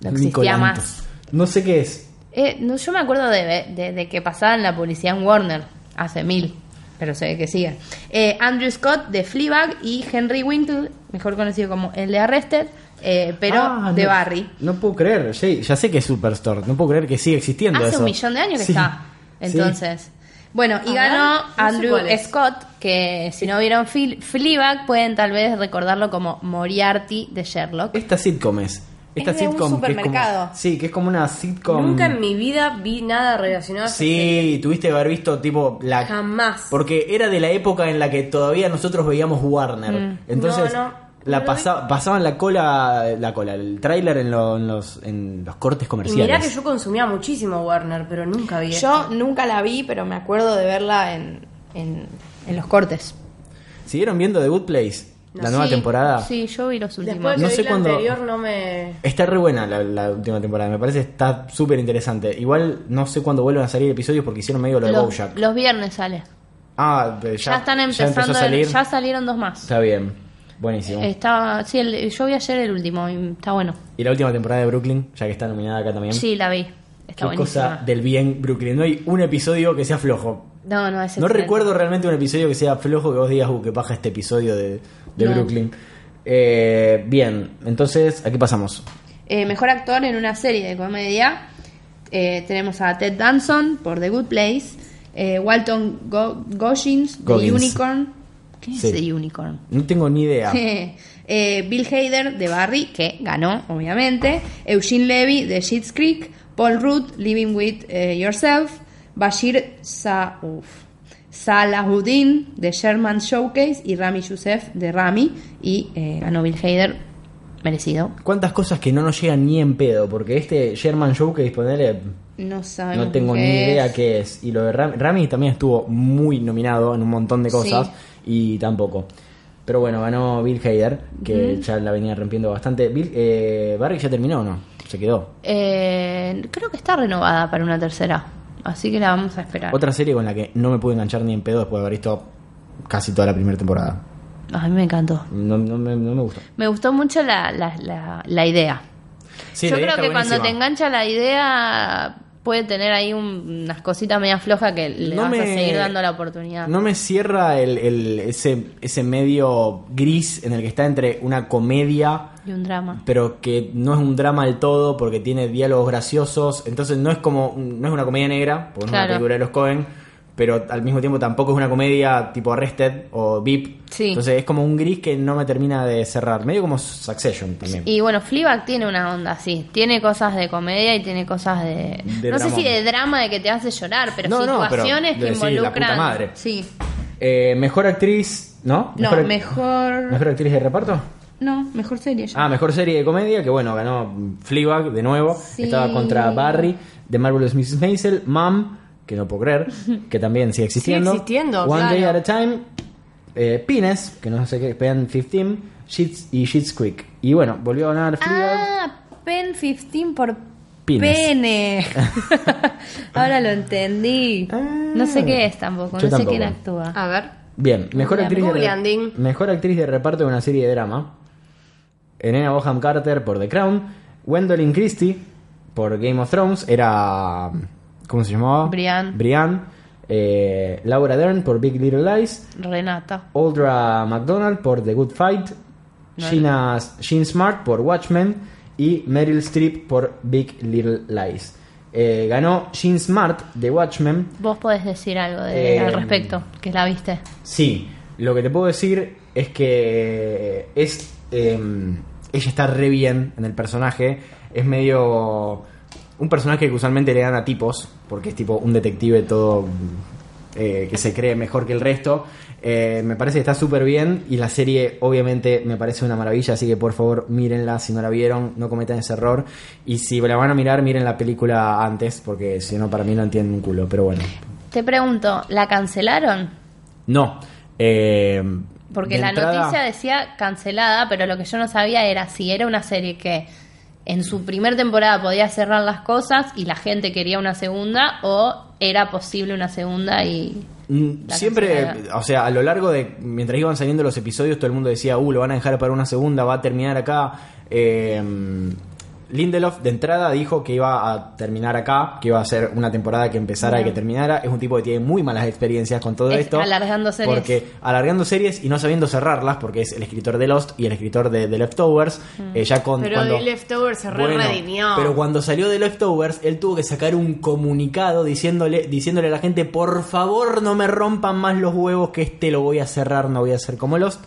S3: no existía
S2: Nicolantos.
S3: más.
S2: No sé qué es.
S3: Eh, no, yo me acuerdo de, de- de que pasaban la publicidad en Warner hace mil, pero se ve que sigue. Eh, Andrew Scott de Fleabag y Henry Winkle, mejor conocido como el de Arrested, eh, pero
S2: Ah,
S3: de
S2: no-
S3: Barry.
S2: No puedo creer, ya, ya sé que es Superstore, no puedo creer que sigue existiendo
S3: Hace
S2: eso.
S3: un millón de años que
S2: Sí.
S3: está.
S2: Sí.
S3: Entonces. Bueno, y
S5: A
S3: ganó
S5: ver, no sé
S3: Andrew
S5: cuál es.
S3: Scott, que si no vieron Fil- Fleabag pueden tal vez recordarlo como Moriarty de Sherlock.
S2: Esta sitcom es. Esta
S3: Es de un
S2: sitcom que es como,
S3: supermercado.
S2: Sí, que es como una sitcom.
S5: Nunca en mi vida vi nada relacionado a esa serie.
S2: Sí, tuviste que haber visto tipo la
S5: Jamás.
S2: Porque era de la época en la que todavía nosotros veíamos Warner. Entonces
S5: Mm. No, no.
S2: la
S5: No lo
S2: pasa- pasaban la cola, la cola, el tráiler en, lo- en los en los cortes
S5: Y
S2: comerciales.
S5: mirá que yo consumía muchísimo Warner, pero nunca vi esto.
S3: Yo nunca la vi, pero me acuerdo de verla en, en- en los cortes.
S2: ¿Siguieron viendo The Good Place? La nueva
S3: Sí,
S2: temporada.
S3: Sí, yo vi los últimos.
S5: Después de
S2: No
S5: que
S2: sé
S5: vi la
S2: cuándo-
S5: anterior no me...
S2: Está re buena la, la última temporada, me parece está súper interesante. Igual no sé cuándo vuelven a salir episodios porque hicieron medio lo de
S3: los,
S2: Bojack.
S3: los viernes sale.
S2: Ah, pero ya,
S3: Ya, están
S2: ya
S3: empezando,
S2: empezó a salir.
S3: ya Eh. salieron dos más.
S2: Está bien, buenísimo.
S3: Está, sí, el- yo vi ayer el último, y está bueno.
S2: Y la última temporada de Brooklyn, ya que está nominada acá también.
S3: Sí, la vi. Está
S2: Qué
S3: buenísima.
S2: cosa del bien Brooklyn. No hay un episodio que sea flojo.
S3: No, no, es
S2: No
S3: excelente.
S2: recuerdo realmente un episodio que sea flojo que vos digas, uh, que baja este episodio de, de
S3: No.
S2: Brooklyn. Eh, bien, entonces, ¿a qué pasamos?
S3: Eh, mejor actor en una serie de comedia. eh, tenemos a Ted Danson por The Good Place. eh, Walton Go- Goggins de
S2: Goggins.
S3: Unicorn. ¿Qué es
S2: Sí.
S3: The Unicorn?
S2: No tengo ni idea.
S3: Eh, Bill Hader de Barry, que ganó, obviamente. Eugene Levy de Schitt's Creek. Paul Rudd, Living with eh, Yourself. Bashir Sa uf. Salahuddin de Sherman Showcase. Y Rami Youssef de Rami. Y eh, ganó Bill Hader, merecido.
S2: ¿Cuántas cosas que no nos llegan ni en pedo? Porque este Sherman Show que disponible
S3: No sabemos
S2: no tengo
S3: qué
S2: ni idea
S3: es.
S2: qué es. Y lo de Rami, Rami también estuvo muy nominado en un montón de cosas
S3: Sí.
S2: y tampoco. Pero bueno, ganó Bill Hader, que ya la venía rompiendo bastante. Bill, eh, Barry ya terminó o no? Se quedó.
S3: Eh, creo que está renovada para una tercera. Así que la vamos a esperar.
S2: Otra serie con la que no me pude enganchar ni en pedo después de haber visto casi toda la primera temporada.
S3: A mí me encantó.
S2: No, no me, no me gustó.
S3: Me gustó mucho la, la, la, la idea.
S2: Sí,
S3: Yo
S2: la idea
S3: creo
S2: está
S3: que cuando
S2: buenísima.
S3: te engancha la idea puede tener ahí un- unas cositas media flojas que le
S2: No
S3: vas
S2: me-
S3: a seguir dando la oportunidad.
S2: No me cierra el, el- ese, ese medio gris en el que está entre una comedia,
S3: Y un drama.
S2: pero que no es un drama del todo porque tiene diálogos graciosos. Entonces no es como no es una comedia negra, porque no es
S3: Claro.
S2: una película de los Cohen, pero al mismo tiempo tampoco es una comedia tipo Arrested o Beep.
S3: Sí.
S2: Entonces es como un gris que no me termina de cerrar. Medio como Succession también.
S3: Y bueno, Fleabag tiene una onda así. Tiene cosas de comedia y tiene cosas de...
S2: De
S3: no sé
S2: dramón.
S3: si de drama de que te hace llorar, pero
S2: No, no, pero
S3: situaciones
S2: de
S3: que
S2: decir, la
S3: involucran...
S2: puta madre.
S3: Sí.
S2: Eh, mejor actriz, ¿no?
S3: No,
S2: Mejor act-
S3: mejor...
S2: ¿Mejor actriz de reparto?
S3: No, mejor serie. yo.
S2: Ah, mejor serie de comedia, que bueno, ganó Fleabag de nuevo.
S3: Sí.
S2: Estaba contra Barry, The Marvelous Mrs. Maisel, Mom, que no puedo creer, que también sigue existiendo.
S5: Sigue existiendo,
S2: One
S5: claro.
S2: Day at a Time, eh, Pines, que no sé qué, Pen 15, Sheets y Sheets Quick. Y bueno, volvió a ganar Fleabag.
S3: Ah, Pen 15 por
S2: Pines.
S3: pene. Ahora lo entendí.
S2: Ah.
S3: no sé qué es tampoco,
S2: Yo
S3: no sé
S2: tampoco.
S3: quién actúa.
S5: A ver.
S2: Bien, mejor actriz, de
S5: Julia Anding.
S2: mejor actriz de reparto de una serie de drama. Elena Boham Carter por The Crown. Gwendolyn Christie por Game of Thrones. Era. ¿Cómo se llamaba?
S3: Brienne.
S2: Brian. Eh, Laura Dern por Big Little Lies.
S3: Renata.
S2: Oldra McDonald por The Good Fight. Gina, Jean Smart por Watchmen. Y Meryl Streep por Big Little Lies. Eh, ganó Jean Smart de Watchmen.
S3: Vos podés decir algo de-
S2: Eh,
S3: al respecto, que la viste.
S2: Sí, lo que te puedo decir es que es eh, ella está re bien en el personaje. Es medio un personaje que usualmente le dan a tipos, porque es tipo un detective todo eh, que se cree mejor que el resto. Eh, me parece que está súper bien y la serie obviamente me parece una maravilla, así que por favor mírenla si no la vieron, no cometan ese error. Y si la van a mirar, miren la película antes, porque si no para mí no entienden un culo, pero bueno.
S3: Te pregunto, ¿la cancelaron?
S2: No. eh,
S3: Porque
S2: de
S3: la
S2: entrada-
S3: noticia decía cancelada, pero lo que yo no sabía era si era una serie que en su primer temporada podía cerrar las cosas y la gente quería una segunda o era posible una segunda y
S2: Mm,
S3: la
S2: Siempre,
S3: cancelada.
S2: o sea, a lo largo de. Mientras iban saliendo los episodios, todo el mundo decía, uh, lo van a dejar para una segunda, va a terminar acá. Eh, Lindelof, de entrada, dijo que iba a terminar acá, que iba a ser una temporada que empezara y que terminara. Es un tipo que tiene muy malas experiencias con todo
S3: Es
S2: esto.
S3: alargando series.
S2: Porque alargando series y no sabiendo cerrarlas, porque es el escritor de Lost y el escritor de The Leftovers.
S3: Mm.
S2: eh, ya con,
S5: Pero
S2: cuando-
S5: The Leftovers se re
S2: bueno,
S5: redimió.
S2: Pero cuando salió de Leftovers, él tuvo que sacar un comunicado diciéndole, diciéndole a la gente, por favor no me rompan más los huevos que este lo voy a cerrar, no voy a hacer como Lost.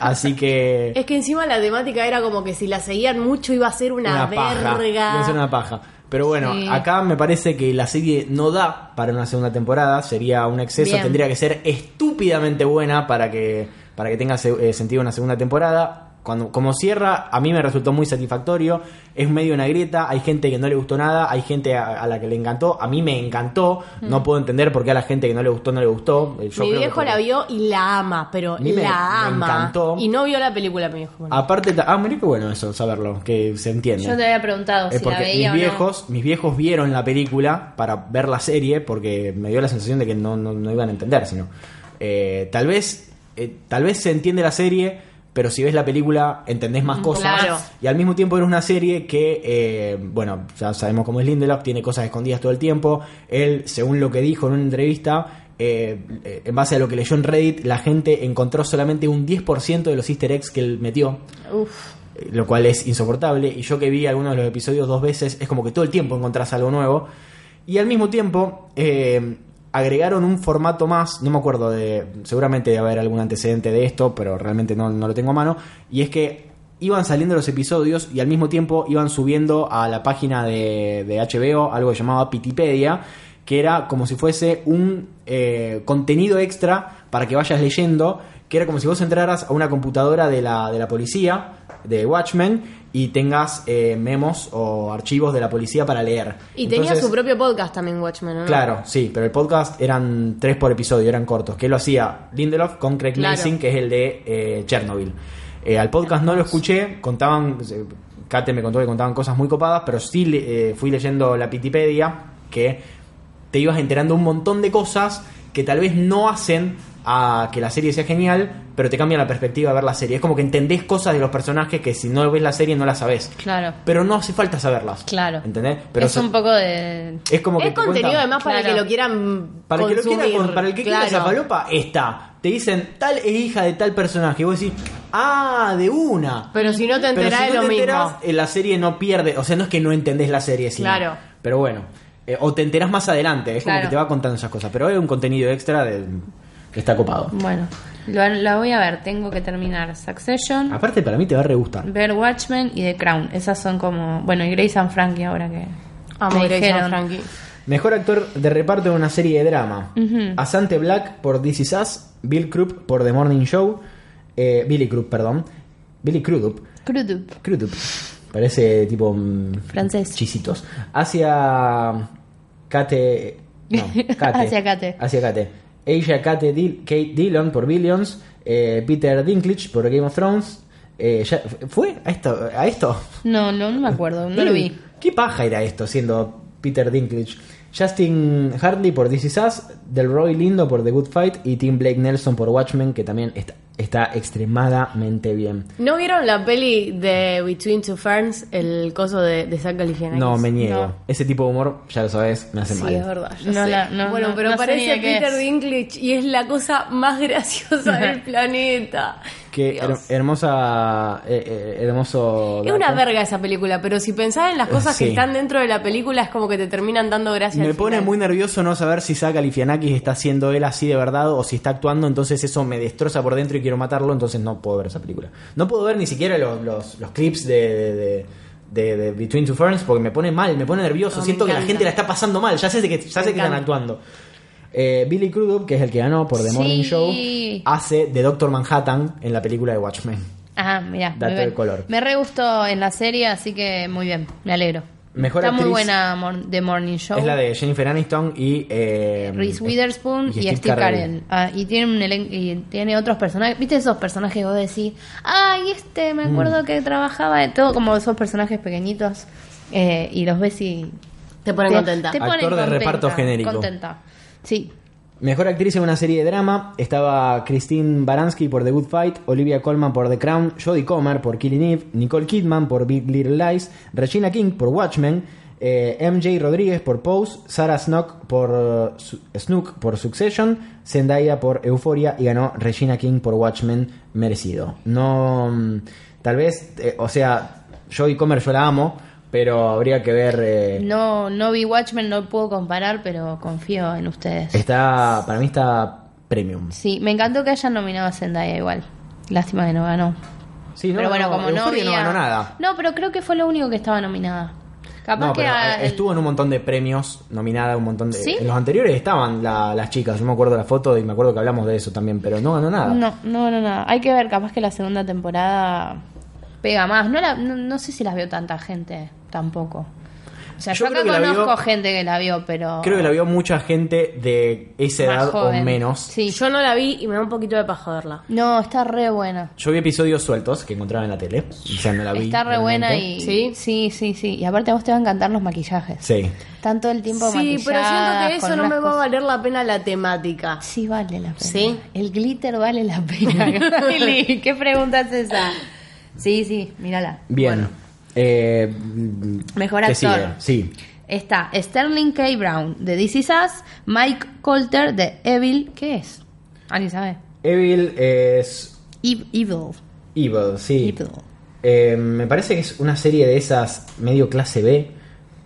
S2: Así que...
S5: Es que encima la temática era como que si la seguían mucho iba a ser una,
S2: paja.
S5: verga.
S2: Iba a ser una paja. Pero bueno, acá me parece que la serie no da para una segunda temporada, sería un exceso,
S3: Bien.
S2: tendría que ser estúpidamente buena para que, para que tenga se- eh, sentido una segunda temporada. Cuando, como cierra, a mí me resultó muy satisfactorio. Es medio una grieta. Hay gente que no le gustó nada. Hay gente a, a la que le encantó. A mí me encantó. No puedo entender por qué a la gente que no le gustó, no le gustó. Eh, yo
S5: Mm. Mi
S2: creo que
S5: viejo
S2: porque-
S5: la vio y la ama, pero
S2: A mí me-
S5: la
S2: me
S5: ama.
S2: encantó.
S5: Y no vio la película, mi viejo.
S2: Aparte, ta- ah, mira qué bueno eso, saberlo, que se entiende.
S3: yo te había preguntado
S2: Eh,
S3: si la
S2: porque
S3: veía
S2: mis
S3: o no.
S2: viejos, mis viejos vieron la película para ver la serie porque me dio la sensación de que no, no- no iban a entender, sino eh, tal vez eh, tal vez se entiende la serie, pero si ves la película entendés más cosas
S3: Mm, Claro.
S2: y al mismo tiempo era una serie que eh, bueno ya sabemos cómo es Lindelof tiene cosas escondidas todo el tiempo él según lo que dijo en una entrevista eh, eh, en base a lo que leyó en Reddit la gente encontró solamente un 10% de los Easter eggs que él metió
S3: Uf,
S2: eh, lo cual es insoportable. Y yo que vi algunos de los episodios dos veces, es como que todo el tiempo encontrás algo nuevo. Y al mismo tiempo, eh, agregaron un formato más, no me acuerdo de, seguramente debe haber algún antecedente de esto, pero realmente no, no lo tengo a mano, y es que iban saliendo los episodios y al mismo tiempo iban subiendo a la página de, de HBO algo que llamaba Pitipedia, que era como si fuese un eh, contenido extra para que vayas leyendo, que era como si vos entraras a una computadora de la, de la policía, de Watchmen, y tengas eh, memos o archivos de la policía para leer.
S5: Y tenía
S2: Entonces-
S5: su propio podcast también, Watchmen,
S3: Ah.
S5: ¿no?
S2: Claro, sí, pero el podcast eran tres por episodio, eran cortos. Que lo hacía Lindelof con Craig
S5: Claro.
S2: Mason, que es el de eh, Chernobyl. Eh, al podcast no lo escuché, contaban, eh, Kate me contó que contaban cosas muy copadas, pero sí le- eh, fui leyendo la Pitipedia, que te ibas enterando un montón de cosas que tal vez no hacen a que la serie sea genial, pero te cambia la perspectiva de ver la serie. Es como que entendés cosas de los personajes que si no ves la serie no las sabés.
S3: Claro.
S2: Pero no hace falta saberlas.
S3: Claro.
S2: ¿Entendés? Pero
S3: es un poco de.
S2: es como que te
S5: es
S2: cuentan-
S5: contenido además para
S3: Claro.
S5: el que lo quieran
S2: para el que lo
S5: consumir.
S2: quiera con- para el que quiera
S5: Claro.
S2: esa palopa, está. Te dicen tal es hija de tal personaje. Y vos decís, ah, de una.
S5: Pero si no te
S2: Pero
S5: enterás
S2: si
S5: es
S2: no
S5: lo
S2: te enterás,
S5: mismo.
S2: eh, la serie no pierde. O sea, no es que no entendés la serie, sino-
S5: Claro.
S2: Pero bueno. eh, o te enterás más adelante. Es como
S3: Claro.
S2: que te va contando esas cosas. Pero hay un contenido extra de- que está copado.
S3: Bueno, lo- la voy a ver. Tengo que terminar Succession,
S2: Aparte, para mí te va a re gustar.
S3: ver Watchmen y The Crown. Esas son como. Bueno, y Grace and Frankie ahora que.
S5: Amo
S3: me
S5: Grey's
S3: dijeron.
S5: Anatomy.
S2: Mejor actor de reparto en una serie de drama. Asante Black por This Is Us, Bill Krupp por The Morning Show, eh, Billy Krupp, perdón. Billy Crudup.
S3: Crudup.
S2: Crudup. Parece tipo... mm,
S3: Francés.
S2: Chisitos. Hacia... Kate... No, Kate.
S3: Hacia Kate.
S2: Hacia Kate. Asia Kate Dil- Kate Dillon por Billions, eh, Peter Dinklage por Game of Thrones. eh, ya- ¿Fue a esto? ¿A esto?
S3: No, no, no me acuerdo. No lo vi.
S2: ¿Qué paja era esto siendo Peter Dinklage? Justin Hartley por This Is Us, Delroy Lindo por The Good Fight y Tim Blake Nelson por Watchmen, que también está, está extremadamente bien.
S5: ¿No vieron la peli de Between Two Ferns, el coso de, de Zach Galifianakis?
S2: No, me niego.
S3: No.
S2: Ese tipo de humor, ya lo sabes, me hace
S5: Sí,
S2: mal.
S5: es verdad. yo
S3: No
S5: Ah, sé.
S3: la- no,
S5: bueno,
S3: no,
S5: pero
S3: no sé ni
S5: parece
S3: de qué
S5: Peter
S3: es.
S5: Dinklage y es la cosa más graciosa del planeta.
S2: Qué
S5: Dios.
S2: her- hermosa, eh, eh, hermoso.
S5: Es una
S2: dato.
S5: verga esa película, pero si pensás en las cosas
S2: Sí.
S5: que están dentro de la película es como que te terminan dando gracias.
S2: Me pone muy nervioso no saber si Zach Galifianakis está haciendo él así de verdad o si está actuando, entonces eso me destroza por dentro y quiero matarlo, entonces no puedo ver esa película. No puedo ver ni siquiera los, los- los clips de, de- de- de- de Between Two Ferns porque me pone mal, me pone nervioso,
S5: Oh, me
S2: siento que la
S5: encanta.
S2: gente la está pasando mal, ya sé que, ya sé que están
S5: encanta.
S2: actuando. Eh, Billy Crudup, que es el que ganó por The
S3: Sí.
S2: Morning Show, hace de Doctor Manhattan en la película de Watchmen.
S3: Ah, mirá. muy
S2: Dato de
S3: bien.
S2: color.
S3: Me re gustó en la serie, así que muy bien. Me alegro.
S2: Mejor
S3: Está muy
S2: actriz-
S3: buena Mor- The Morning Show.
S2: Es la de Jennifer Aniston y... eh,
S3: Reese Witherspoon y, Steve, Carell. Ah, y tiene un elen- y tiene otros personajes. ¿Viste esos personajes que vos decís? Ay, este, me acuerdo
S2: Mm.
S3: que trabajaba de todo, como esos personajes pequeñitos. eh, y los ves y.
S5: Te ponen contenta.
S3: ponen
S2: Actor de reparto genérico.
S3: Contenta. Sí.
S2: Mejor actriz en una serie de drama estaba Christine Baranski por The Good Fight, Olivia Colman por The Crown, Jodie Comer por Killing Eve, Nicole Kidman por Big Little Lies, Regina King por Watchmen, eh, MJ Rodríguez por Pose, Sarah Snook por, eh, Su- Snook por Succession, Zendaya por Euphoria y ganó Regina King por Watchmen merecido. No, mm, tal vez, eh, o sea, Jodie Comer yo la amo, pero habría que ver... eh,
S3: No, no vi Watchmen, no puedo comparar, pero confío en ustedes.
S2: Está, para mí está premium.
S3: Sí, me encantó que hayan nominado a Zendaya igual. Lástima que no ganó.
S2: Sí, no,
S3: pero bueno,
S2: no,
S3: como no,
S2: Euphoria no
S3: había-
S2: ganó nada.
S3: No, pero creo que fue lo único que estaba nominada. Capaz
S2: No,
S3: que
S2: pero,
S3: a-
S2: eh, estuvo en un montón de premios, nominada un montón de...
S3: ¿Sí?
S2: En los anteriores estaban la- las chicas, yo me acuerdo la foto y me acuerdo que hablamos de eso también, pero no ganó nada.
S3: No, no, no, no. Hay que ver, capaz que la segunda temporada pega más. No, la- no, no sé si las vio tanta gente tampoco. O sea,
S2: Yo
S3: yo, acá
S2: creo que la
S3: conozco
S2: vio-
S3: gente que la vio, pero.
S2: Creo que la vio mucha gente de esa
S3: más
S2: edad o
S3: joven.
S2: menos.
S3: Sí.
S5: Yo no la vi y me da un poquito de paja verla.
S3: No, está re buena.
S2: Yo vi episodios sueltos que encontraba en la tele, o sea, no la vi.
S3: Está re buena
S2: realmente.
S3: y.
S5: ¿Sí?
S3: sí, sí, sí. Y aparte a vos te van a encantar los maquillajes.
S2: Sí.
S3: Están todo el tiempo
S5: Sí, pero siento
S3: maquilladas,
S5: que eso
S3: con
S5: no
S3: unas
S5: me va a
S3: cosas-
S5: valer la pena la temática.
S3: Sí vale la pena.
S5: ¿Sí?
S3: El glitter vale la pena. Gabrieli. ¿Qué pregunta es esa? Sí, sí, mírala.
S2: Bien.
S3: Bueno.
S2: Eh,
S3: Mejor
S2: ¿qué
S3: actor.
S2: sigue? Sí.
S3: Está Sterling K. Brown de This Is Us, Mike Colter de Evil, ¿qué es? ¿Alguien sabe?
S2: Evil es
S3: Ev- Evil.
S2: Evil, sí.
S3: Evil.
S2: Eh, me parece que es una serie de esas medio clase B.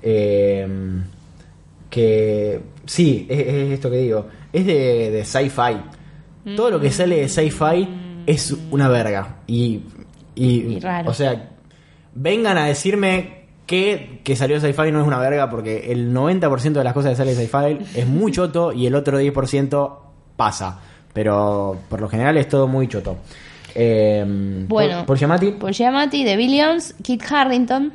S2: eh, que sí, es, es esto que digo. Es de, de sci-fi. Todo
S3: Mm.
S2: lo que sale de sci-fi es una verga. Y, y-
S3: Y raro.
S2: O sea, vengan a decirme que, que salió sci-fi no es una verga porque el 90% de las cosas que sale de sci-fi es muy choto y el otro 10% pasa. Pero por lo general es todo muy choto. Eh,
S3: Bueno.
S2: por, por Yamati,
S3: Paul Giamatti de Billions, Kit Harrington,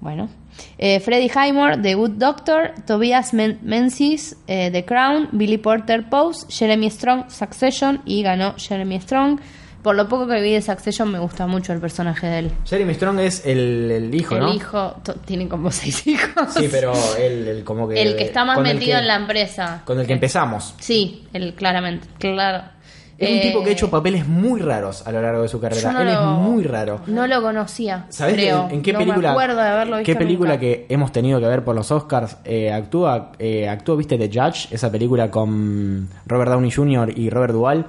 S3: bueno, eh, Freddy Highmore de Good Doctor, Tobias Men- Menzies eh, de Crown, Billy Porter Pose, Jeremy Strong Succession y ganó Jeremy Strong. Por lo poco que vi de Succession me gusta mucho el personaje de él.
S2: Jeremy Strong es el, el hijo,
S3: el
S2: ¿no?
S3: hijo to- tiene como seis hijos.
S2: Sí, pero el, el como que...
S3: El que está más
S2: con el
S3: metido Eh,
S2: que-
S3: en la empresa.
S2: Con el que empezamos.
S3: Sí, el claramente, claro.
S2: Es un
S3: Eh,
S2: tipo que ha hecho papeles muy raros a lo largo de su carrera.
S3: yo no
S2: Él
S3: lo-
S2: es muy raro.
S3: No lo conocía.
S2: ¿Sabés
S3: creo.
S2: en, en qué
S3: No
S2: película?
S3: Me acuerdo de haberlo visto.
S2: ¿Qué película
S3: nunca.
S2: que hemos tenido que ver por los Oscars? eh, actúa, eh, actúa, viste, The Judge, esa película con Robert Downey Jr. y Robert Duvall.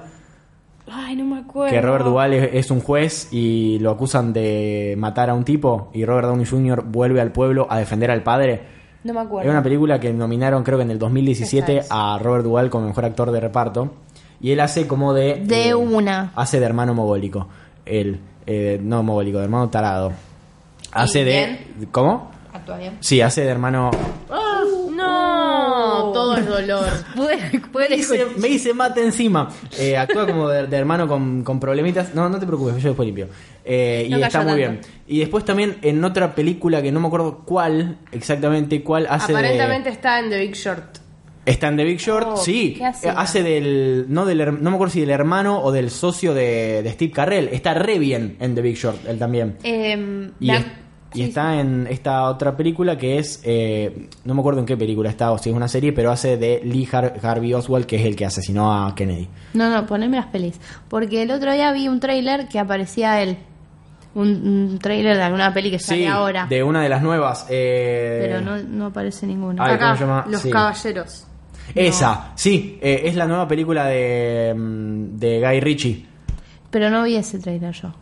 S6: Ay, no me acuerdo.
S2: Que Robert Duvall es, es un juez y lo acusan de matar a un tipo y Robert Downey Jr. vuelve al pueblo a defender al padre.
S3: No me
S2: Era
S3: acuerdo.
S2: una película que nominaron creo que en el 2017 a Robert Duvall como mejor actor de reparto y él hace como de... eh,
S3: De una.
S2: Hace de hermano mogólico. Él, eh, no mogólico, de hermano tarado. Hace de... ¿Cómo?
S6: Actúa bien.
S2: Sí, hace de hermano...
S3: Uh.
S5: No, todo es dolor.
S3: Puede, puede
S2: Dice- me dice mate encima. Eh, actúa como de, de hermano con, con problemitas. No, no te preocupes, yo después limpio. Eh,
S3: No
S2: y
S3: cayó
S2: está muy bien.
S3: tanto.
S2: Y después también en otra película que no me acuerdo cuál exactamente, cuál hace
S5: Aparentemente
S2: de...
S5: está en The Big Short.
S2: Está en The Big Short, sí.
S3: ¿qué hacía?
S2: Eh, Hace del no, del... her- no me acuerdo si del hermano o del socio de, de Steve Carrell. Está re bien en The Big Short, él también.
S3: Em,
S2: Y,
S3: la-
S2: es- y
S3: sí,
S2: está en esta otra película que es, eh, no me acuerdo en qué película está o si es una serie, pero hace de Lee Har- Harvey Oswald, que es el que asesinó a Kennedy.
S3: No, no, poneme las pelis. Porque el otro día vi un tráiler que aparecía él. Un, un tráiler de alguna peli que sale ahora.
S2: de una de las nuevas. eh,
S3: Pero no, no aparece ninguno.
S2: Ay, ¿cómo
S5: Acá,
S2: se llama?
S5: Los
S2: Sí.
S5: Caballeros.
S2: Esa, sí, eh, es la nueva película de, mm, de Guy Ritchie.
S3: Pero no vi ese tráiler yo.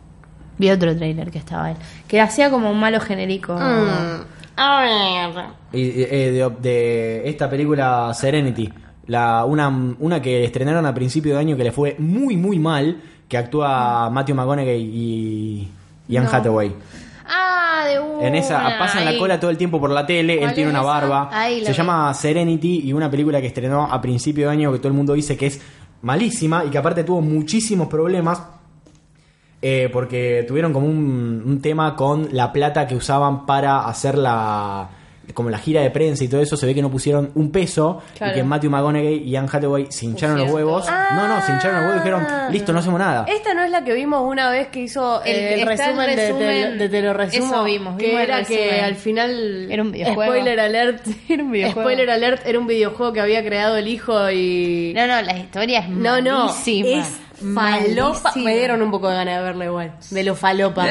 S3: Vi otro tráiler que estaba él. Que hacía como un malo genérico.
S5: Mm.
S2: Ah.
S4: A ver.
S2: Y, eh, de, de esta película Serenity. La, una, una que estrenaron a principio de año que le fue muy, muy mal. Que actúa Matthew McConaughey y, y Anne
S3: No.
S2: Hathaway.
S3: Ah, de una.
S2: En esa pasan la
S3: ahí.
S2: cola todo el tiempo por la tele, él
S3: ¿Cuál
S2: tiene
S3: es
S2: una
S3: esa?
S2: barba.
S3: Ahí la
S2: Se
S3: vi.
S2: llama Serenity y una película que estrenó a principio de año que todo el mundo dice que es malísima y que aparte tuvo muchísimos problemas eh, porque tuvieron como un, un tema con la plata que usaban para hacer la como la gira de prensa y todo eso, se ve que no pusieron un peso y que Matthew McConaughey y Anne Hathaway se hincharon los
S4: Pusieron
S2: huevos. No, no, se hincharon los huevos y dijeron, listo, no hacemos nada.
S3: Ah.
S4: Esta no es la que vimos una vez que hizo el,
S3: El-
S4: el
S3: está el
S4: resumen, de-
S3: resumen.
S4: de, de Te lo resumo.
S3: Eso vimos,
S5: Que
S3: vimos el
S5: era que
S3: resumen.
S5: al final.
S3: Era un videojuego.
S5: Spoiler alert.
S3: Era un videojuego.
S5: Spoiler alert era un videojuego que había creado el hijo y.
S3: No, no, la historia es
S5: No, no.
S3: malísima.
S5: Es falopa.
S3: Malísima.
S5: Me dieron un poco de ganas de verla igual. De lo falopa.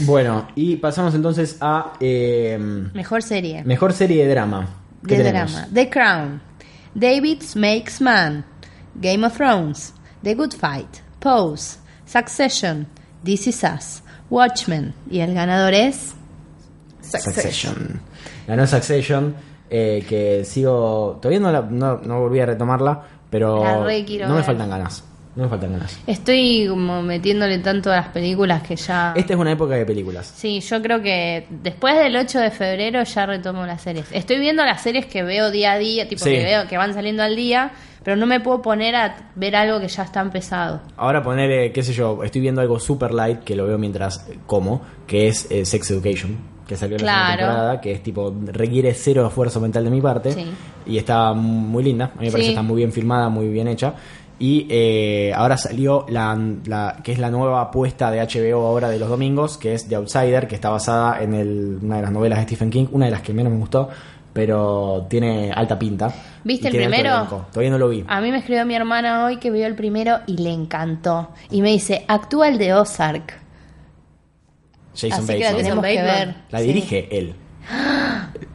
S2: Bueno, y pasamos entonces a... em,
S3: Mejor serie.
S2: Mejor serie de drama. ¿Qué
S3: de
S2: tenemos?
S3: drama. The Crown, David Makes Man, Game of Thrones, The Good Fight, Pose, Succession, This Is Us, Watchmen. Y el ganador es.
S2: Succession. Ganó Succession, eh, que sigo... Todavía no, la- no, no volví a retomarla, pero
S3: La
S2: no
S3: re quiero
S2: me
S3: ver.
S2: faltan ganas. No me faltan ganas.
S3: Estoy como metiéndole tanto a las películas que ya.
S2: Esta es una época de películas.
S3: Sí, yo creo que después del 8 de febrero ya retomo las series. Estoy viendo las series que veo día a día, tipo
S2: Sí.
S3: que veo que van saliendo al día, pero no me puedo poner a ver algo que ya está empezado.
S2: Ahora poner, eh, qué sé yo, estoy viendo algo super light que lo veo mientras eh, como, que es eh, Sex Education, que salió en la segunda
S3: Claro.
S2: temporada, que es tipo, requiere cero esfuerzo mental de mi parte.
S3: Sí.
S2: Y está muy linda, a mí me parece que
S3: Sí.
S2: está muy bien filmada, muy bien hecha. Y eh, ahora salió la, la- que es la nueva apuesta de HBO ahora de los domingos, que es The Outsider, que está basada en el- una de las novelas de Stephen King, una de las que menos me gustó, pero tiene alta pinta.
S3: ¿Viste
S2: Y
S3: el
S2: tiene alto
S3: primero? Ah,
S2: elenco. Todavía no lo vi.
S3: A mí me escribió mi hermana hoy que vio el primero y le encantó. Y me dice, actúa el de Ozark.
S2: Jason
S3: Así que la
S2: Bateman.
S3: tenemos que
S5: Bateman.
S3: ver.
S2: La
S3: Sí.
S2: dirige él.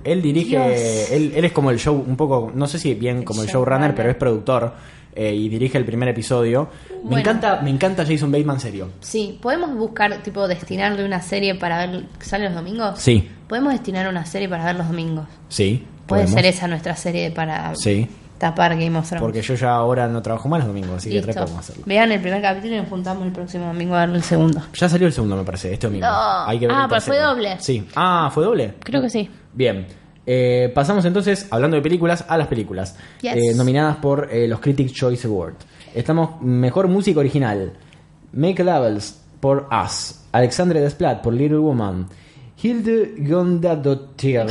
S2: Él dirige, él, él es como el show, un poco, no sé si bien como el showrunner, pero es productor eh, y dirige el primer episodio. Me
S3: Bueno.
S2: encanta, me encanta Jason Bateman serio.
S3: Sí, podemos buscar, tipo, destinarle una serie para ver... ¿Sale los domingos?
S2: Sí.
S3: Podemos destinar una serie para ver los domingos.
S2: Sí.
S3: Puede
S2: podemos.
S3: ser esa nuestra serie para
S2: Sí.
S3: tapar Game of Thrones.
S2: Porque yo ya ahora no trabajo más los domingos, así que re
S3: Listo.
S2: podemos hacerlo.
S3: Vean el primer capítulo y nos juntamos el próximo domingo a verlo el segundo.
S2: Ya salió el segundo, me parece, este domingo.
S3: No.
S2: Hay que ver
S3: Ah,
S2: el
S3: pero fue
S2: tercero.
S3: doble.
S2: Sí. Ah, fue doble.
S3: Creo que sí.
S2: Bien. Eh, pasamos entonces, hablando de películas, a las películas.
S3: Yes.
S2: Eh, nominadas por eh, los Critics Choice Award. Estamos Mejor Música Original. Make Levels por Us. Alexandre Desplat por Little Woman. Hilde Gondadottir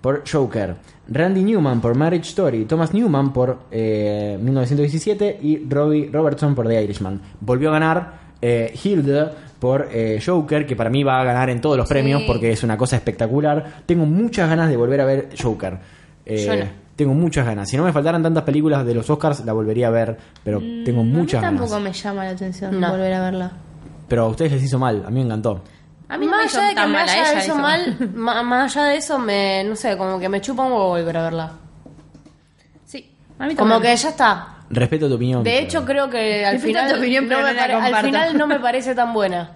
S2: por Joker. Randy Newman por Marriage Story. Thomas Newman por eh, 1917. Y Robbie Robertson por The Irishman. Volvió a ganar eh, Hilde por eh, Joker, que para mí va a ganar en todos los premios porque es una cosa espectacular. Tengo muchas ganas de volver a ver Joker. Eh,
S3: Yo no.
S2: Tengo muchas ganas. Si no me faltaran tantas películas de los Oscars, la volvería a ver, pero
S5: Mm,
S2: tengo
S3: A mí
S2: muchas ganas.
S3: tampoco me llama la atención
S5: No.
S3: volver a verla.
S2: Pero a ustedes les hizo mal, a mí me encantó.
S3: A mí no me
S5: más
S3: hizo
S5: allá de que
S3: tan
S5: me
S3: mal, a
S5: haya
S3: ella
S5: hecho
S3: hizo
S5: mal, ma- más allá de eso, me, no sé, como que me chupa un huevo volver a verla.
S3: Sí, a mí
S5: Como que
S3: también.
S5: ya está.
S2: Respeto tu opinión.
S5: De
S2: pero-
S5: hecho, creo que al
S3: Respeto
S5: final,
S3: tu opinión,
S5: no
S3: pero
S5: me
S3: no la
S5: pare- al
S3: comparto.
S5: final no me parece tan buena.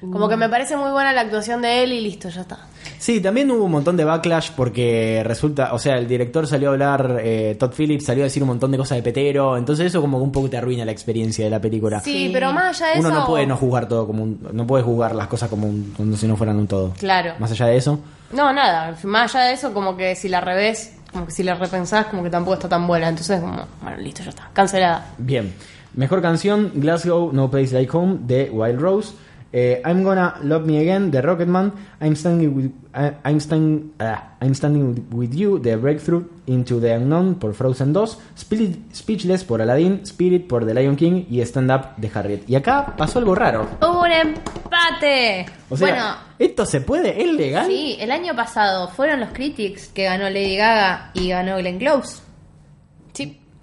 S5: Como que me parece muy buena la actuación de él y listo, ya está.
S2: Sí, también hubo un montón de backlash porque resulta, o sea, el director salió a hablar, eh, Todd Phillips salió a decir un montón de cosas de petero, entonces eso como que un poco te arruina la experiencia de la película.
S5: Sí, pero más allá de
S2: Uno
S5: eso.
S2: no puede no jugar todo como un, no puede jugar las cosas como un, como si no fueran un todo.
S5: Claro.
S2: Más allá de eso,
S5: No, nada. Más allá de eso, como que si la revés, como que si la repensás, como que tampoco está tan buena. Entonces, como, bueno, listo, ya está. Cancelada.
S2: bien. Mejor canción, Glasgow, No Place Like Home, de Wild Rose. Eh, I'm Gonna Love Me Again, de Rocketman. I'm Standing With, I- I'm Standing, ah, I'm standing with You, de Breakthrough. Into the Unknown, por Frozen 2. Spirit- Speechless, por Aladdin. Spirit, por The Lion King. Y Stand Up, de Harriet. Y acá pasó algo raro.
S3: Hubo un empate.
S2: O sea, ¿ah?
S3: bueno,
S2: ¿esto se puede? ¿Es legal?
S3: sí, el año pasado fueron los Critics que ganó Lady Gaga y ganó Glenn Close.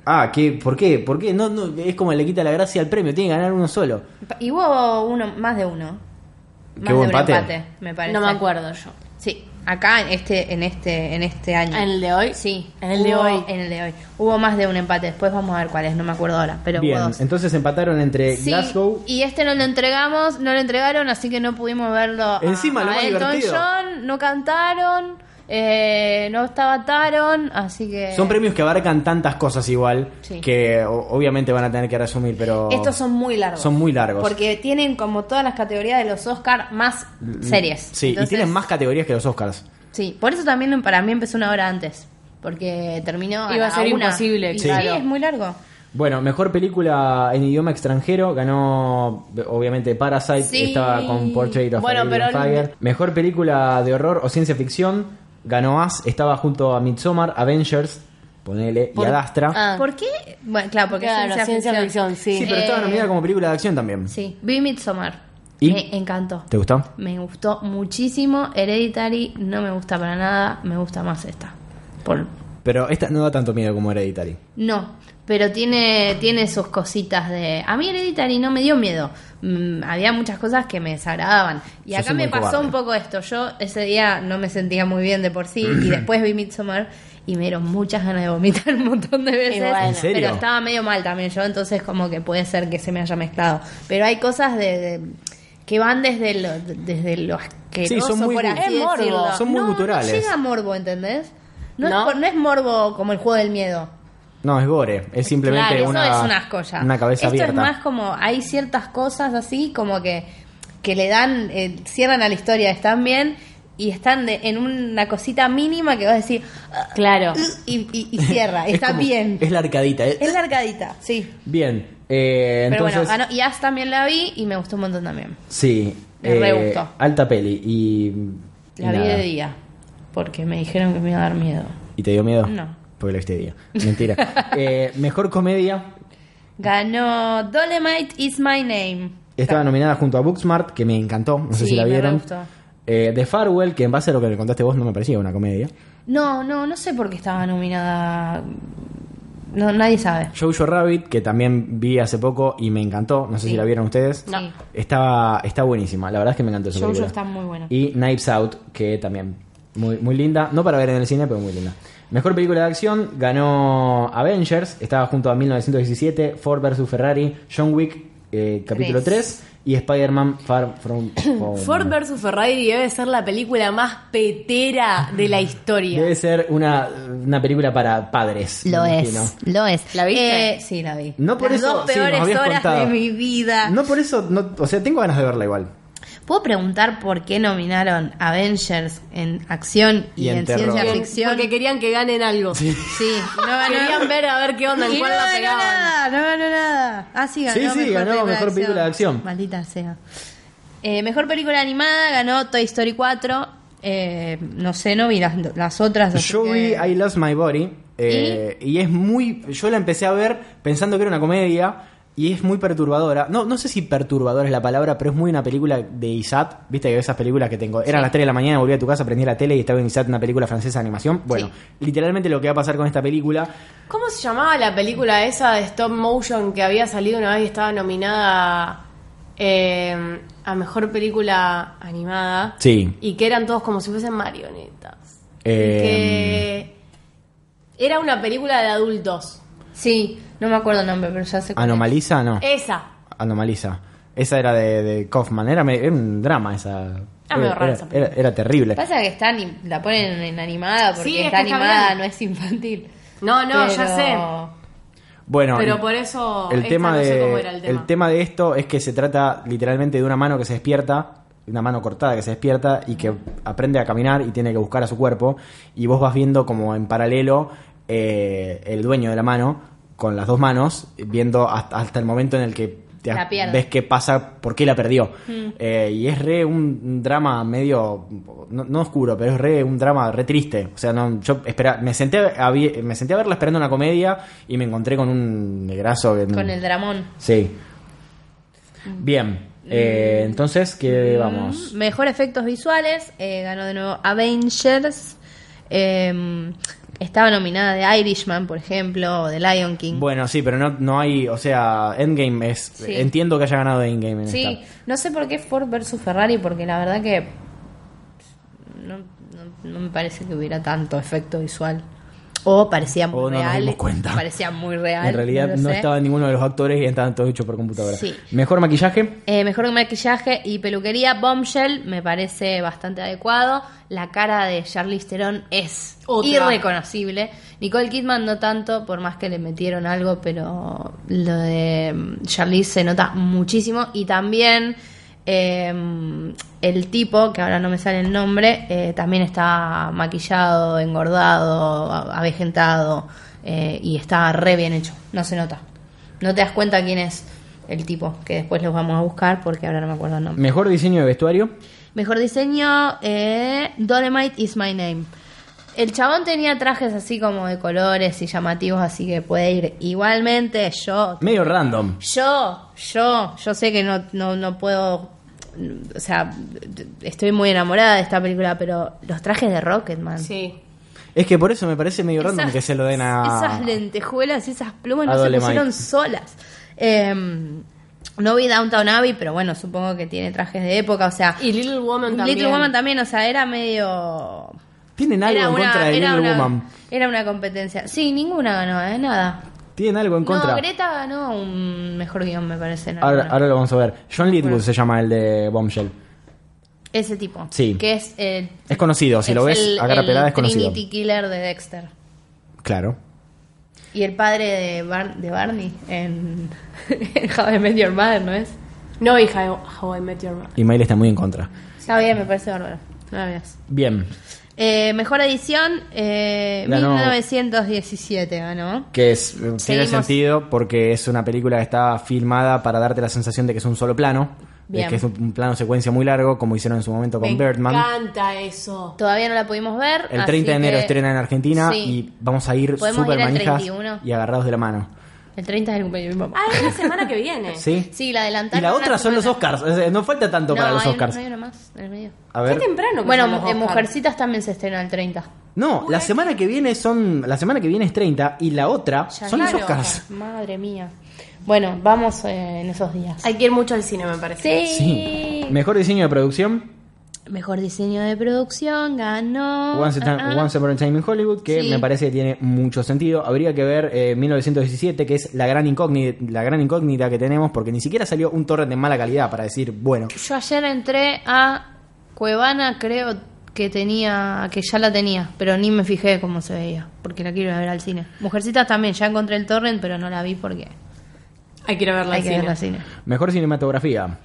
S2: Ah, ¿qué? ¿por qué? ¿Por qué? No, no, es como le quita la gracia al premio, tiene que ganar uno solo.
S3: Y hubo uno, más de uno.
S2: ¿Que
S3: Más
S2: hubo
S3: de un
S2: empate?
S3: me parece.
S5: No me acuerdo yo.
S3: Sí, acá en este, en este, en este año.
S5: ¿En el de hoy?
S3: Sí,
S5: En el de
S3: hubo-
S5: hoy.
S3: En el de hoy. Hubo más de un empate. Después vamos a ver cuál es, no me acuerdo ahora, pero hubo
S2: Bien,
S3: dos.
S2: entonces empataron entre
S3: Sí,
S2: Glasgow.
S3: y este no lo entregamos, no lo entregaron, así que no pudimos verlo. a-
S2: Encima, lo
S3: a
S2: más
S3: Elton
S2: divertido.
S3: John, no cantaron, eh, no estaban así que.
S2: Son premios que abarcan tantas cosas igual
S3: Sí.
S2: que o- obviamente van a tener que resumir, pero
S3: Estos son muy largos.
S2: Son muy largos.
S3: Porque tienen como todas las categorías de los Oscar más series.
S2: Sí, y
S3: Entonces-
S2: tienen más categorías que los Oscars.
S3: Sí, por eso también para mí empezó una hora antes. Porque terminó.
S5: Iba a
S3: la
S5: ser
S3: una.
S5: imposible,
S3: Y
S2: claro.
S3: Sí, es muy largo.
S2: Bueno, mejor película en idioma extranjero ganó obviamente Parasite,
S3: Sí.
S2: estaba con Portrait of
S5: Bueno,
S2: a Lady on
S5: pero-
S2: Fire. Mejor película de horror o ciencia ficción ganó As, estaba junto a Midsommar, Avengers, ponele y Adastra.
S5: Ah.
S3: ¿Por qué? Bueno, claro, porque
S5: Claro,
S3: es ciencia,
S5: ciencia ficción, sí.
S2: Sí, pero estaba
S3: Eh,
S2: nominada como película de acción también.
S3: Sí, vi Midsommar.
S2: ¿Y?
S3: Me encantó.
S2: ¿Te gustó?
S3: Me gustó muchísimo. Hereditary no me gusta para nada. Me gusta más esta. Por-
S2: Pero esta no da tanto miedo como Hereditary.
S3: No, pero tiene, tiene sus cositas de... A mí Hereditary no me dio miedo. Mm, había muchas cosas que me desagradaban. Y
S2: Yo
S3: acá
S2: soy muy
S3: me pasó
S2: cobarde.
S3: un poco esto. Yo ese día no me sentía muy bien de por sí y después vi Midsommar y me dieron muchas ganas de vomitar un montón de veces.
S5: bueno. ¿En
S2: serio?
S3: Pero estaba medio mal también yo, entonces como que puede ser que se me haya mezclado. Pero hay cosas de... de- que van desde lo, desde lo asqueroso,
S2: Sí, son muy
S3: por
S2: gu-
S3: así
S5: Es morbo,
S3: decirlo.
S2: son muy
S3: no,
S2: guturales.
S3: No llega a morbo, ¿entendés? No,
S5: ¿No?
S3: Es, por- no es morbo como el juego del miedo.
S2: No, es gore. Es simplemente
S3: Claro,
S2: una,
S3: eso es un asco ya.
S2: una cabeza
S3: Esto
S2: abierta.
S3: es más como, hay ciertas cosas así como que, que le dan, eh, cierran a la historia, están bien y están de- en una cosita mínima que vas a decir, "Ah",
S5: Claro.
S3: y, y- y cierra,
S2: Es
S3: está
S2: como-
S3: bien.
S2: Es la arcadita. eh.
S3: Es largadita, sí.
S2: Bien. eh,
S3: Pero
S2: entonces,
S3: bueno, ah, ganó, y As también la vi y me gustó un montón también.
S2: sí. eh,
S3: Me re gustó.
S2: Alta peli. Y, y
S3: La vi
S2: nada.
S3: de día, porque me dijeron que me iba a dar miedo.
S2: ¿Y te dio miedo?
S3: No.
S2: Porque la viste de día. Mentira. Eh, mejor comedia.
S3: Ganó Dolemite is my name.
S2: Estaba nominada junto a Booksmart, que me encantó. No sé
S3: Sí,
S2: si la
S3: me re
S2: vieron.
S3: gustó.
S2: Eh, The Farewell, que en base a lo que me contaste vos no me parecía una comedia.
S3: No, no, no sé por qué estaba nominada. No, nadie sabe.
S2: Jojo Rabbit, que también vi hace poco y me encantó. No sé si la vieron ustedes.
S3: No. Sí.
S2: Estaba, está buenísima. La verdad es que me encantó esa
S3: Jojo
S2: película.
S3: está muy buena.
S2: Y Knives Out, que también muy, muy linda. No para ver en el cine, pero muy linda. Mejor película de acción ganó Avengers. Estaba junto a 1917, Ford vs. Ferrari, John Wick, eh, capítulo 3. y Spider-Man Far From Home.
S5: Ford vs. Ferrari debe ser la película más petera de la historia.
S2: Debe ser una, una película para padres.
S3: Lo
S2: me
S3: es,
S2: imagino.
S3: lo es.
S5: ¿La viste?
S3: Eh, sí, la vi.
S2: No por
S3: Las
S2: eso-
S3: dos
S2: sí, nos
S3: peores
S2: habías
S3: horas
S2: contado.
S3: de mi vida.
S2: No por eso, no, o sea, tengo ganas de verla igual.
S3: ¿Puedo preguntar por qué nominaron Avengers en acción y,
S2: Y en
S3: en, ciencia
S2: terror.
S3: ficción?
S5: Porque querían que ganen algo.
S3: Sí, no ganó.
S5: Querían ver a ver qué onda, en
S3: Y no
S5: cuál la
S3: ganó
S5: pegaban.
S3: nada, no ganó nada. Ah, sí, ganó
S2: Sí, sí, ganó mejor película de acción.
S3: Maldita sea. Eh, mejor película animada ganó Toy Story 4. Eh, no sé, no vi las, las otras. así
S2: Yo vi
S3: que-
S2: I Lost My Body eh, ¿Y? es muy... Yo la empecé a ver pensando que era una comedia y es muy perturbadora. No, no sé si perturbadora es la palabra, pero es muy una película de ISAT. Viste que esas películas que tengo. Eran las 3 de la mañana, volví a tu casa, prendí la tele y estaba en ISAT una película francesa de animación. Bueno, literalmente lo que va a pasar con esta película.
S5: ¿Cómo se llamaba la película esa de stop motion que había salido una vez y estaba nominada eh, a mejor película animada?
S2: Sí.
S5: Y que eran todos como si fuesen marionetas.
S2: eh,
S5: Que era una película de adultos.
S3: Sí, no me acuerdo el nombre, pero ya sé cuál es.
S2: Anomaliza, no.
S5: Esa.
S2: Anomaliza. Esa era de, de Kaufman. Era, me- era un drama esa.
S5: Ah, medio
S2: era,
S5: rara
S2: era-
S5: esa película.
S2: era- era terrible.
S3: Pasa que está anim- la ponen en animada porque
S5: Sí, es
S3: está
S5: que está
S3: animada,
S5: bien.
S3: no es infantil.
S5: No, no, ya
S3: Pero-
S5: sé.
S2: Bueno,
S5: Pero
S2: y-
S5: por eso.
S2: el
S5: esta
S2: tema,
S5: no
S2: de,
S5: sé cómo era el tema.
S2: de esto es que se trata literalmente de una mano que se despierta, una mano cortada que se despierta y que aprende a caminar y tiene que buscar a su cuerpo. Y vos vas viendo como en paralelo eh, el dueño de la mano con las dos manos, viendo hasta, hasta el momento en el que te
S3: La pierde.
S2: ves qué pasa, por qué la perdió.
S3: Mm.
S2: Eh, y es re un un drama medio, no, no oscuro, pero es re un drama re triste. O sea, no, yo espera, me, senté a, vi- me senté a verla esperando una comedia y me encontré con un negrazo. que-
S3: Con el dramón.
S2: Sí. Bien. eh, entonces, ¿qué vamos?
S3: Mm, Mejor efectos visuales. eh, ganó de nuevo Avengers. eh, estaba nominada de Irishman, por ejemplo, o de Lion King.
S2: Bueno, sí, pero no, no hay. O sea, Endgame es.
S3: Sí.
S2: Entiendo que haya ganado Endgame en
S3: sí,
S2: esta.
S3: no sé por qué Ford versus Ferrari, porque la verdad que no, no- no me parece que hubiera tanto efecto visual. O parecía muy
S2: O no nos
S3: real.
S2: dimos cuenta.
S3: Parecía muy real.
S2: en realidad
S3: lo
S2: no
S3: sé.
S2: estaba ninguno de los actores y estaban todos hechos por computadora.
S3: Sí.
S2: Mejor maquillaje.
S3: Eh, mejor maquillaje y peluquería, Bombshell me parece bastante adecuado. La cara de Charlize Theron es
S5: Otra.
S3: irreconocible. Nicole Kidman no tanto, por más que le metieron algo, pero lo de mm, Charlize se nota muchísimo. Y también eh, el tipo, que ahora no me sale el nombre, eh, también está maquillado, engordado, a- avejentado eh, y está re bien hecho. No se nota. No te das cuenta quién es el tipo, que después los vamos a buscar porque ahora no me acuerdo el nombre.
S2: Mejor diseño de vestuario.
S3: Mejor diseño, eh, Dolomite is my name. El chabón tenía trajes así como de colores y llamativos, así que puede ir igualmente. Yo,
S2: Medio random.
S3: yo, yo, yo sé que no, no, no puedo. O sea, estoy muy enamorada de esta película, pero los trajes de Rocketman.
S5: Sí.
S2: Es que por eso me parece medio
S3: Esas-
S2: random que se lo den a.
S3: Esas lentejuelas y esas plumas
S2: a
S3: no se
S2: Dolemite.
S3: pusieron solas. Eh, no vi Downtown Abbey, pero bueno, supongo que tiene trajes de época, o sea...
S5: Y Little Woman también.
S3: Little Woman también, o sea, era medio...
S2: Tienen algo en contra de
S3: era
S2: Little
S3: una-
S2: Woman.
S3: Era una competencia. Sí, ninguna ganó, ¿eh? Nada.
S2: Tienen algo en contra.
S3: No, Greta ganó un mejor guión, me parece. no,
S2: ahora,
S3: no.
S2: ahora lo vamos a ver. John Lidwood se llama el de Bombshell.
S3: Ese tipo.
S2: Sí.
S3: Que es... eh,
S2: Es conocido, si lo
S3: es
S2: ves,
S3: el-
S2: a cara
S3: el
S2: pelada es conocido.
S3: Trinity Killer de Dexter.
S2: Claro.
S3: Y el padre de, Bar- de Barney en, en How I Met Your Mother, ¿no es?
S5: No, hija, How I Met Your Mother.
S2: Y Mail está muy en contra.
S3: Está bien, me parece bárbaro. No la veas.
S2: Bien.
S3: Eh, mejor edición, eh,
S2: Ganó-
S3: 1917 ganó.
S2: Que es, tiene
S3: Seguimos.
S2: sentido porque es una película que está filmada para darte la sensación de que es un solo plano. de
S3: Bien.
S2: que es un, un plano secuencia muy largo, como hicieron en su momento con
S5: Me
S2: Birdman.
S5: encanta eso.
S3: Todavía no la pudimos ver.
S2: El
S3: así
S2: 30 de enero
S3: que-
S2: estrena en Argentina
S3: Sí.
S2: y vamos a ir
S3: Podemos
S2: súper
S3: ir al
S2: manijas
S3: 31.
S2: y agarrados de la mano.
S3: El 30 es el cumpleaños de mi mamá.
S5: Ah, es la semana que viene.
S2: ¿Sí?
S3: Sí, la
S2: Y
S3: adelantaron.
S2: la
S3: una
S2: otra son los
S3: semana.
S2: Oscars. O sea, No falta tanto
S3: No,
S2: para los
S3: hay
S2: Oscars.
S3: Una, hay una más, en el medio.
S2: A ver.
S5: Qué temprano que
S3: Bueno,
S5: son los
S3: eh,
S5: Oscars.
S3: Mujercitas también se estrena el 30.
S2: No, la semana que viene son. La semana que viene es 30 y la otra
S3: Ya
S2: son los
S5: claro.
S2: Oscars.
S3: Madre mía. Bueno, vamos eh, en esos días.
S5: Hay que ir mucho al cine, me parece.
S3: Sí.
S2: Sí. Mejor diseño de producción.
S3: Mejor diseño de producción ganó.
S2: Once, Upon a
S3: Ah,
S2: Time-
S3: ah.
S2: Once Upon a Time in Hollywood, que
S3: Sí.
S2: me parece que tiene mucho sentido. Habría que ver eh, 1917, que es la gran, incógnita, la gran incógnita que tenemos, porque ni siquiera salió un torrent de mala calidad para decir, bueno,
S3: Yo ayer entré a Cuevana, creo que tenía, que ya la tenía, pero ni me fijé cómo se veía, porque la quiero ir a ver al cine. Mujercitas también, ya encontré el torrent, pero no la vi porque
S5: Hay que ir a verla
S3: hay
S5: al
S3: que
S5: cine.
S3: verla al cine.
S2: mejor cinematografía,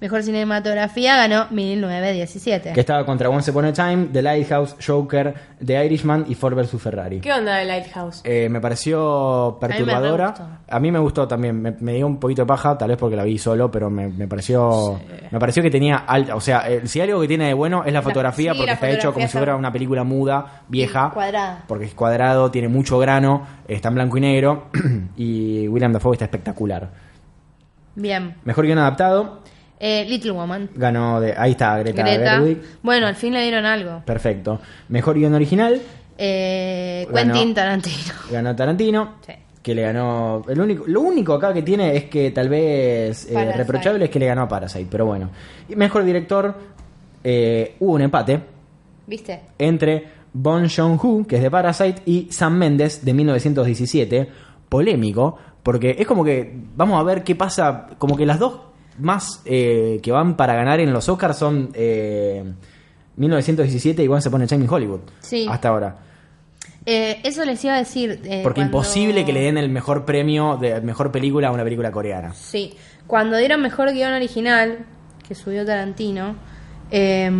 S3: Mejor cinematografía ganó 1917.
S2: que estaba contra Once Upon a Time, The Lighthouse, Joker, The Irishman y Ford vs. Ferrari.
S5: ¿Qué onda de Lighthouse?
S2: Eh, me pareció perturbadora.
S3: gustó.
S2: A mí me gustó también. Me, me dio un poquito de paja, tal vez porque la vi solo, pero me, me pareció. Me pareció que tenía alta. O sea, eh, si hay algo que tiene de bueno es la fotografía,
S3: sí,
S2: porque
S3: la
S2: está hecho
S3: fotografía
S2: como si
S3: está-
S2: fuera una película muda, vieja.
S3: Cuadrada.
S2: Porque es cuadrado, tiene mucho grano, está en blanco y negro. y William Dafoe está espectacular.
S3: Bien.
S2: Mejor guión adaptado,
S3: Eh, Little Woman.
S2: ganó de. Ahí está, Greta,
S3: Greta.
S2: Gerwig.
S3: Bueno, al fin le dieron algo.
S2: Perfecto. Mejor guión original,
S3: Eh,
S2: Ganó.
S3: Quentin Tarantino.
S2: ganó Tarantino.
S3: Sí.
S2: Que le ganó. El único, lo único acá que tiene es que tal vez eh,
S5: Parasite.
S2: reprochable es que le ganó a Parasite, pero bueno. Y mejor director, eh, hubo un empate
S3: ¿Viste?
S2: entre Bon Joon-ho, que es de Parasite, y Sam Mendes, de 1917. Polémico, porque es como que vamos a ver qué pasa. Como que las dos más eh, que van para ganar en los Oscars son eh, 1917 y One se pone Time in Hollywood.
S3: Sí.
S2: Hasta ahora.
S3: Eh, eso les iba a decir. eh,
S2: Porque
S3: cuando-
S2: imposible que le den el mejor premio de mejor película a una película coreana.
S3: Sí. Cuando dieron mejor guión original, que subió Tarantino. eh,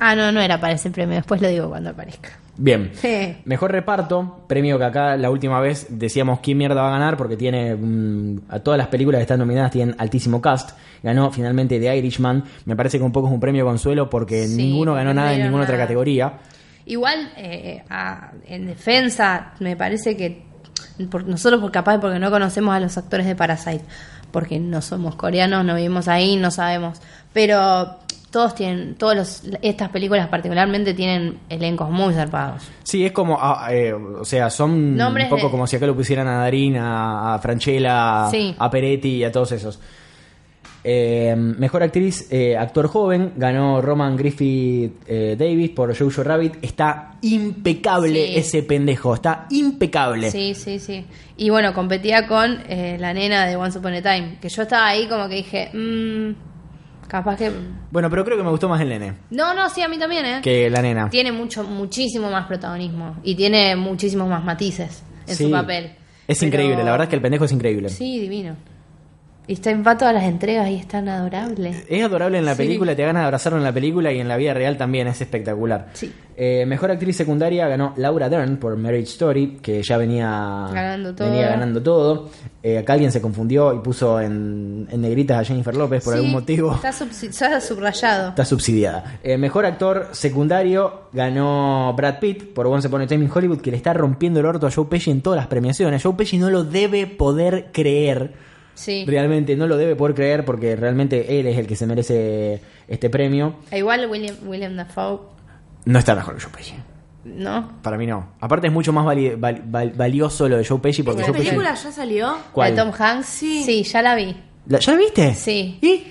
S3: Ah, no, no era para ese premio. Después lo digo cuando aparezca.
S2: Bien.
S3: Sí.
S2: Mejor reparto, premio que acá la última vez decíamos quién mierda va a ganar porque tiene mm, a todas las películas que están nominadas tienen altísimo cast. Ganó finalmente The Irishman. Me parece que un poco es un premio consuelo porque
S3: Sí,
S2: ninguno ganó
S3: no
S2: nada en
S3: dieron
S2: ninguna otra
S3: nada.
S2: categoría.
S3: Igual, eh, a- en defensa, me parece que por- nosotros, por capaz, porque no conocemos a los actores de Parasite, porque no somos coreanos, no vivimos ahí, no sabemos. Pero todos tienen, todos los- estas películas particularmente tienen elencos muy zarpados.
S2: Sí, es como, ah, eh, o sea, son
S3: Nombres
S2: un poco
S3: de-
S2: como si acá lo pusieran a Darín, a, a Franchella,
S3: Sí.
S2: a Peretti y a todos esos. Eh, mejor actriz, eh, actor joven, ganó Roman Griffith eh, Davis por Jojo Rabbit. Está impecable
S3: Sí.
S2: ese pendejo, está impecable.
S3: Sí, sí, sí. Y bueno, competía con eh, la nena de Once Upon a Time, que yo estaba ahí como que dije, mm, capaz que...
S2: Bueno, pero creo que me gustó más el nene
S3: No, no, sí, a mí también, ¿eh?
S2: que la nena.
S3: tiene mucho, muchísimo más protagonismo y tiene muchísimos más matices en
S2: Sí.
S3: su papel.
S2: Es
S3: Pero-
S2: increíble, la verdad es que el pendejo es increíble.
S3: Sí, divino. Y está en va todas las entregas y es tan adorable.
S2: Es adorable en la
S3: Sí.
S2: película, te ganas de abrazarlo en la película y en la vida real también es espectacular.
S3: Sí.
S2: Eh, mejor actriz secundaria ganó Laura Dern por Marriage Story, que ya venía
S3: Ganando todo.
S2: Venía ganando todo. Eh, acá alguien se confundió y puso en, en negritas a Jennifer López por
S3: Sí,
S2: algún motivo.
S3: Está, subsi- está subrayado.
S2: Está subsidiada. Eh, mejor actor secundario ganó Brad Pitt por Once Upon a Time in Hollywood, que le está rompiendo el orto a Joe Pesci en todas las premiaciones. Joe Pesci no lo debe poder creer
S3: Sí.
S2: realmente no lo debe poder creer porque realmente él es el que se merece este premio.
S3: E Igual William, William Dafoe,
S2: No está mejor que Joe Pesci.
S3: ¿no?
S2: Para mí no. Aparte es mucho más vali- val- val- valioso lo de Joe Pesci porque
S5: ¿Esta
S2: Joe Pesci-
S5: película ya salió?
S2: ¿Cuál?
S3: La de Tom Hanks. Sí. ya la vi.
S2: ¿La- ¿Ya la viste?
S3: Sí.
S2: ¿Y?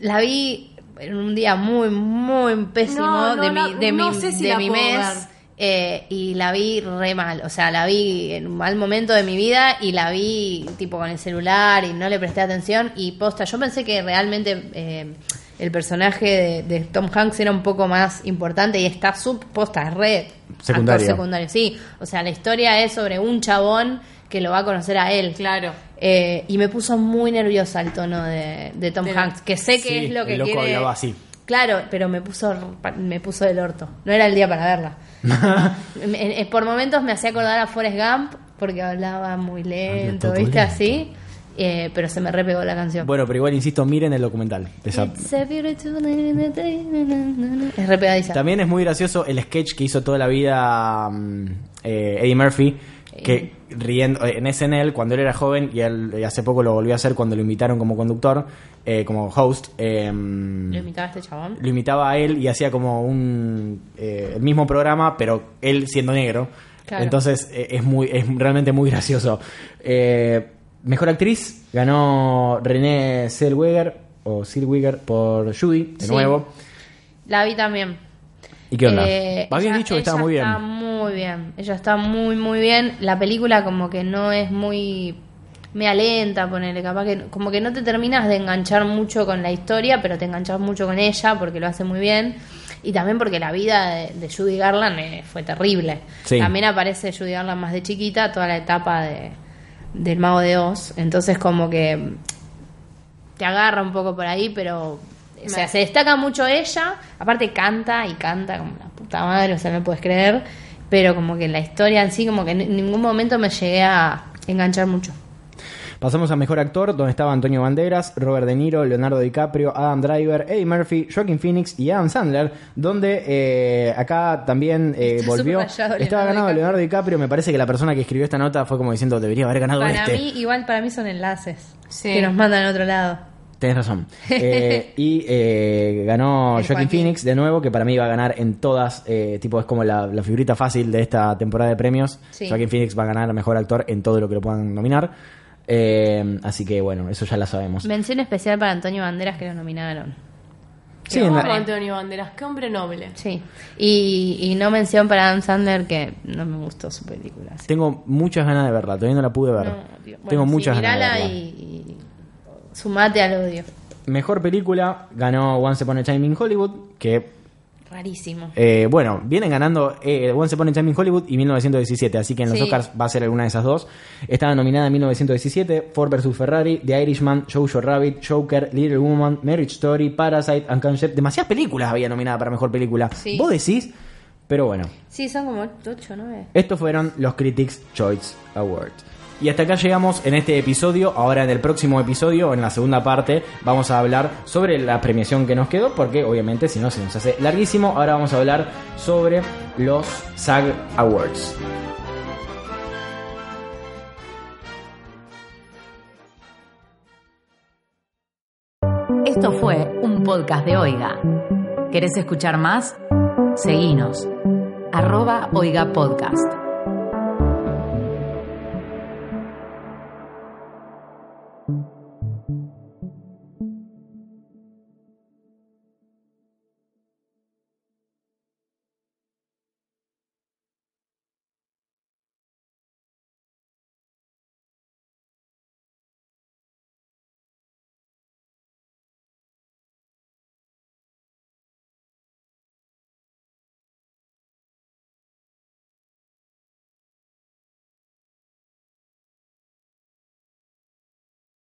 S3: La vi en un día muy, muy pésimo
S5: No, no
S3: de
S5: la-
S3: mi, de
S5: no
S3: mi,
S5: sé si
S3: de
S5: la
S3: mi
S5: puedo
S3: mes.
S5: ver.
S3: eh, y la vi re mal, o sea, la vi en un mal momento de mi vida y la vi tipo con el celular y no le presté atención y posta, yo pensé que realmente eh, el personaje de, de Tom Hanks era un poco más importante y está sub posta, es re
S2: Secundario.
S3: actor secundario, sí, o sea, la historia es sobre un chabón que lo va a conocer a él.
S5: Claro.
S3: Eh, y me puso muy nerviosa el tono de, de Tom
S5: Pero-
S3: Hanks, que sé que
S2: Sí,
S3: es lo que
S2: el loco
S3: quiere-
S2: hablaba así.
S3: Claro, pero me puso me puso del orto. No era el día para verla. Me- eh, Por momentos me hacía acordar a Forrest Gump porque hablaba muy lento,
S2: todo
S3: ¿viste?
S2: lento.
S3: Así. Eh, pero se me repegó la canción.
S2: Bueno, pero igual insisto, miren el documental. de esa-
S3: It's a beautiful day, na, na, na, na. Es repegadiza.
S2: También es muy gracioso el sketch que hizo toda la vida mm, eh, Eddie Murphy, que riendo eh, en SNL cuando él era joven y él eh, hace poco lo volvió a hacer cuando lo invitaron como conductor, eh, como host. em,
S3: Lo imitaba este chabón.
S2: lo imitaba a él y hacía como un eh, el mismo programa, pero él siendo negro.
S3: Claro.
S2: Entonces eh, es muy es realmente muy gracioso. Eh, mejor actriz ganó René Zellweger o Zellweger por Judy de
S3: Sí.
S2: nuevo.
S3: La vi también.
S2: ¿Y qué onda?
S3: Eh,
S2: Habías
S3: ella-
S2: dicho que estaba
S3: ella
S2: muy bien.
S3: Está muy bien. Ella está muy, muy bien. La película como que no es muy... Me alenta, ponerle capaz que... Como que no te terminas de enganchar mucho con la historia, pero te enganchas mucho con ella porque lo hace muy bien. Y también porque la vida de, de Judy Garland eh, fue terrible.
S2: Sí.
S3: También aparece Judy Garland más de chiquita, toda la etapa de, del Mago de Oz. Entonces como que te agarra un poco por ahí, pero o sea, se destaca mucho ella. Aparte canta y canta como la puta madre, o sea, no puedes creer. Pero como que la historia en sí, como que en ningún momento me llegué a enganchar mucho.
S2: Pasamos a Mejor Actor, donde estaba Antonio Banderas, Robert De Niro, Leonardo DiCaprio, Adam Driver, Eddie Murphy, Joaquin Phoenix y Adam Sandler, donde eh, acá también eh,
S3: Está
S2: volvió.
S3: subrayado
S2: Estaba
S3: Leonardo
S2: ganado
S3: DiCaprio.
S2: Leonardo DiCaprio, me parece que la persona que escribió esta nota fue como diciendo, debería haber ganado
S3: Para
S2: este.
S3: mí, igual para mí son enlaces
S5: Sí.
S3: que nos mandan a otro lado.
S2: Tenés razón. Eh, y eh, ganó
S3: El
S2: Joaquin,
S3: Joaquín.
S2: Phoenix de nuevo, que para mí va a ganar en todas. eh, tipo, es como la, la figurita fácil de esta temporada de premios.
S3: Sí.
S2: Joaquin Phoenix va a ganar a mejor actor en todo lo que lo puedan nominar. Eh, así que bueno, eso ya la sabemos.
S3: Mención especial para Antonio Banderas que lo nominaron.
S2: Sí,
S5: Te
S2: en la-
S5: amo, Antonio Banderas, qué hombre noble.
S3: Sí. Y, y no mención para Adam Sandler que no me gustó su película. así.
S2: tengo muchas ganas de verla, todavía no la pude ver.
S3: No, tío. Bueno,
S2: tengo
S3: sí,
S2: muchas ganas de
S3: mirala
S2: verla.
S3: y, y sumate al odio.
S2: Mejor película ganó Once Upon a Time in Hollywood, que
S3: Rarísimo.
S2: Eh, bueno, vienen ganando eh, Once Upon a Time in Hollywood y 1917, así que en los
S3: Sí.
S2: Oscars va a ser alguna de esas dos. Estaba nominada en 1917, Ford vs. Ferrari, The Irishman, Jojo Rabbit, Joker, Little Woman, Marriage Story, Parasite, Uncut Gems. Demasiadas películas había nominada para Mejor Película.
S3: Sí.
S2: Vos decís, pero bueno.
S3: Sí, son como 8 9.
S2: Estos fueron los Critics Choice Awards. Y hasta acá llegamos en este episodio. Ahora en el próximo episodio, en la segunda parte, vamos a hablar sobre la premiación que nos quedó, porque obviamente si no se nos hace larguísimo. Ahora vamos a hablar sobre los SAG Awards.
S1: Esto fue un podcast de Oiga. ¿Querés escuchar más? Seguinos. Arroba Oiga Podcast.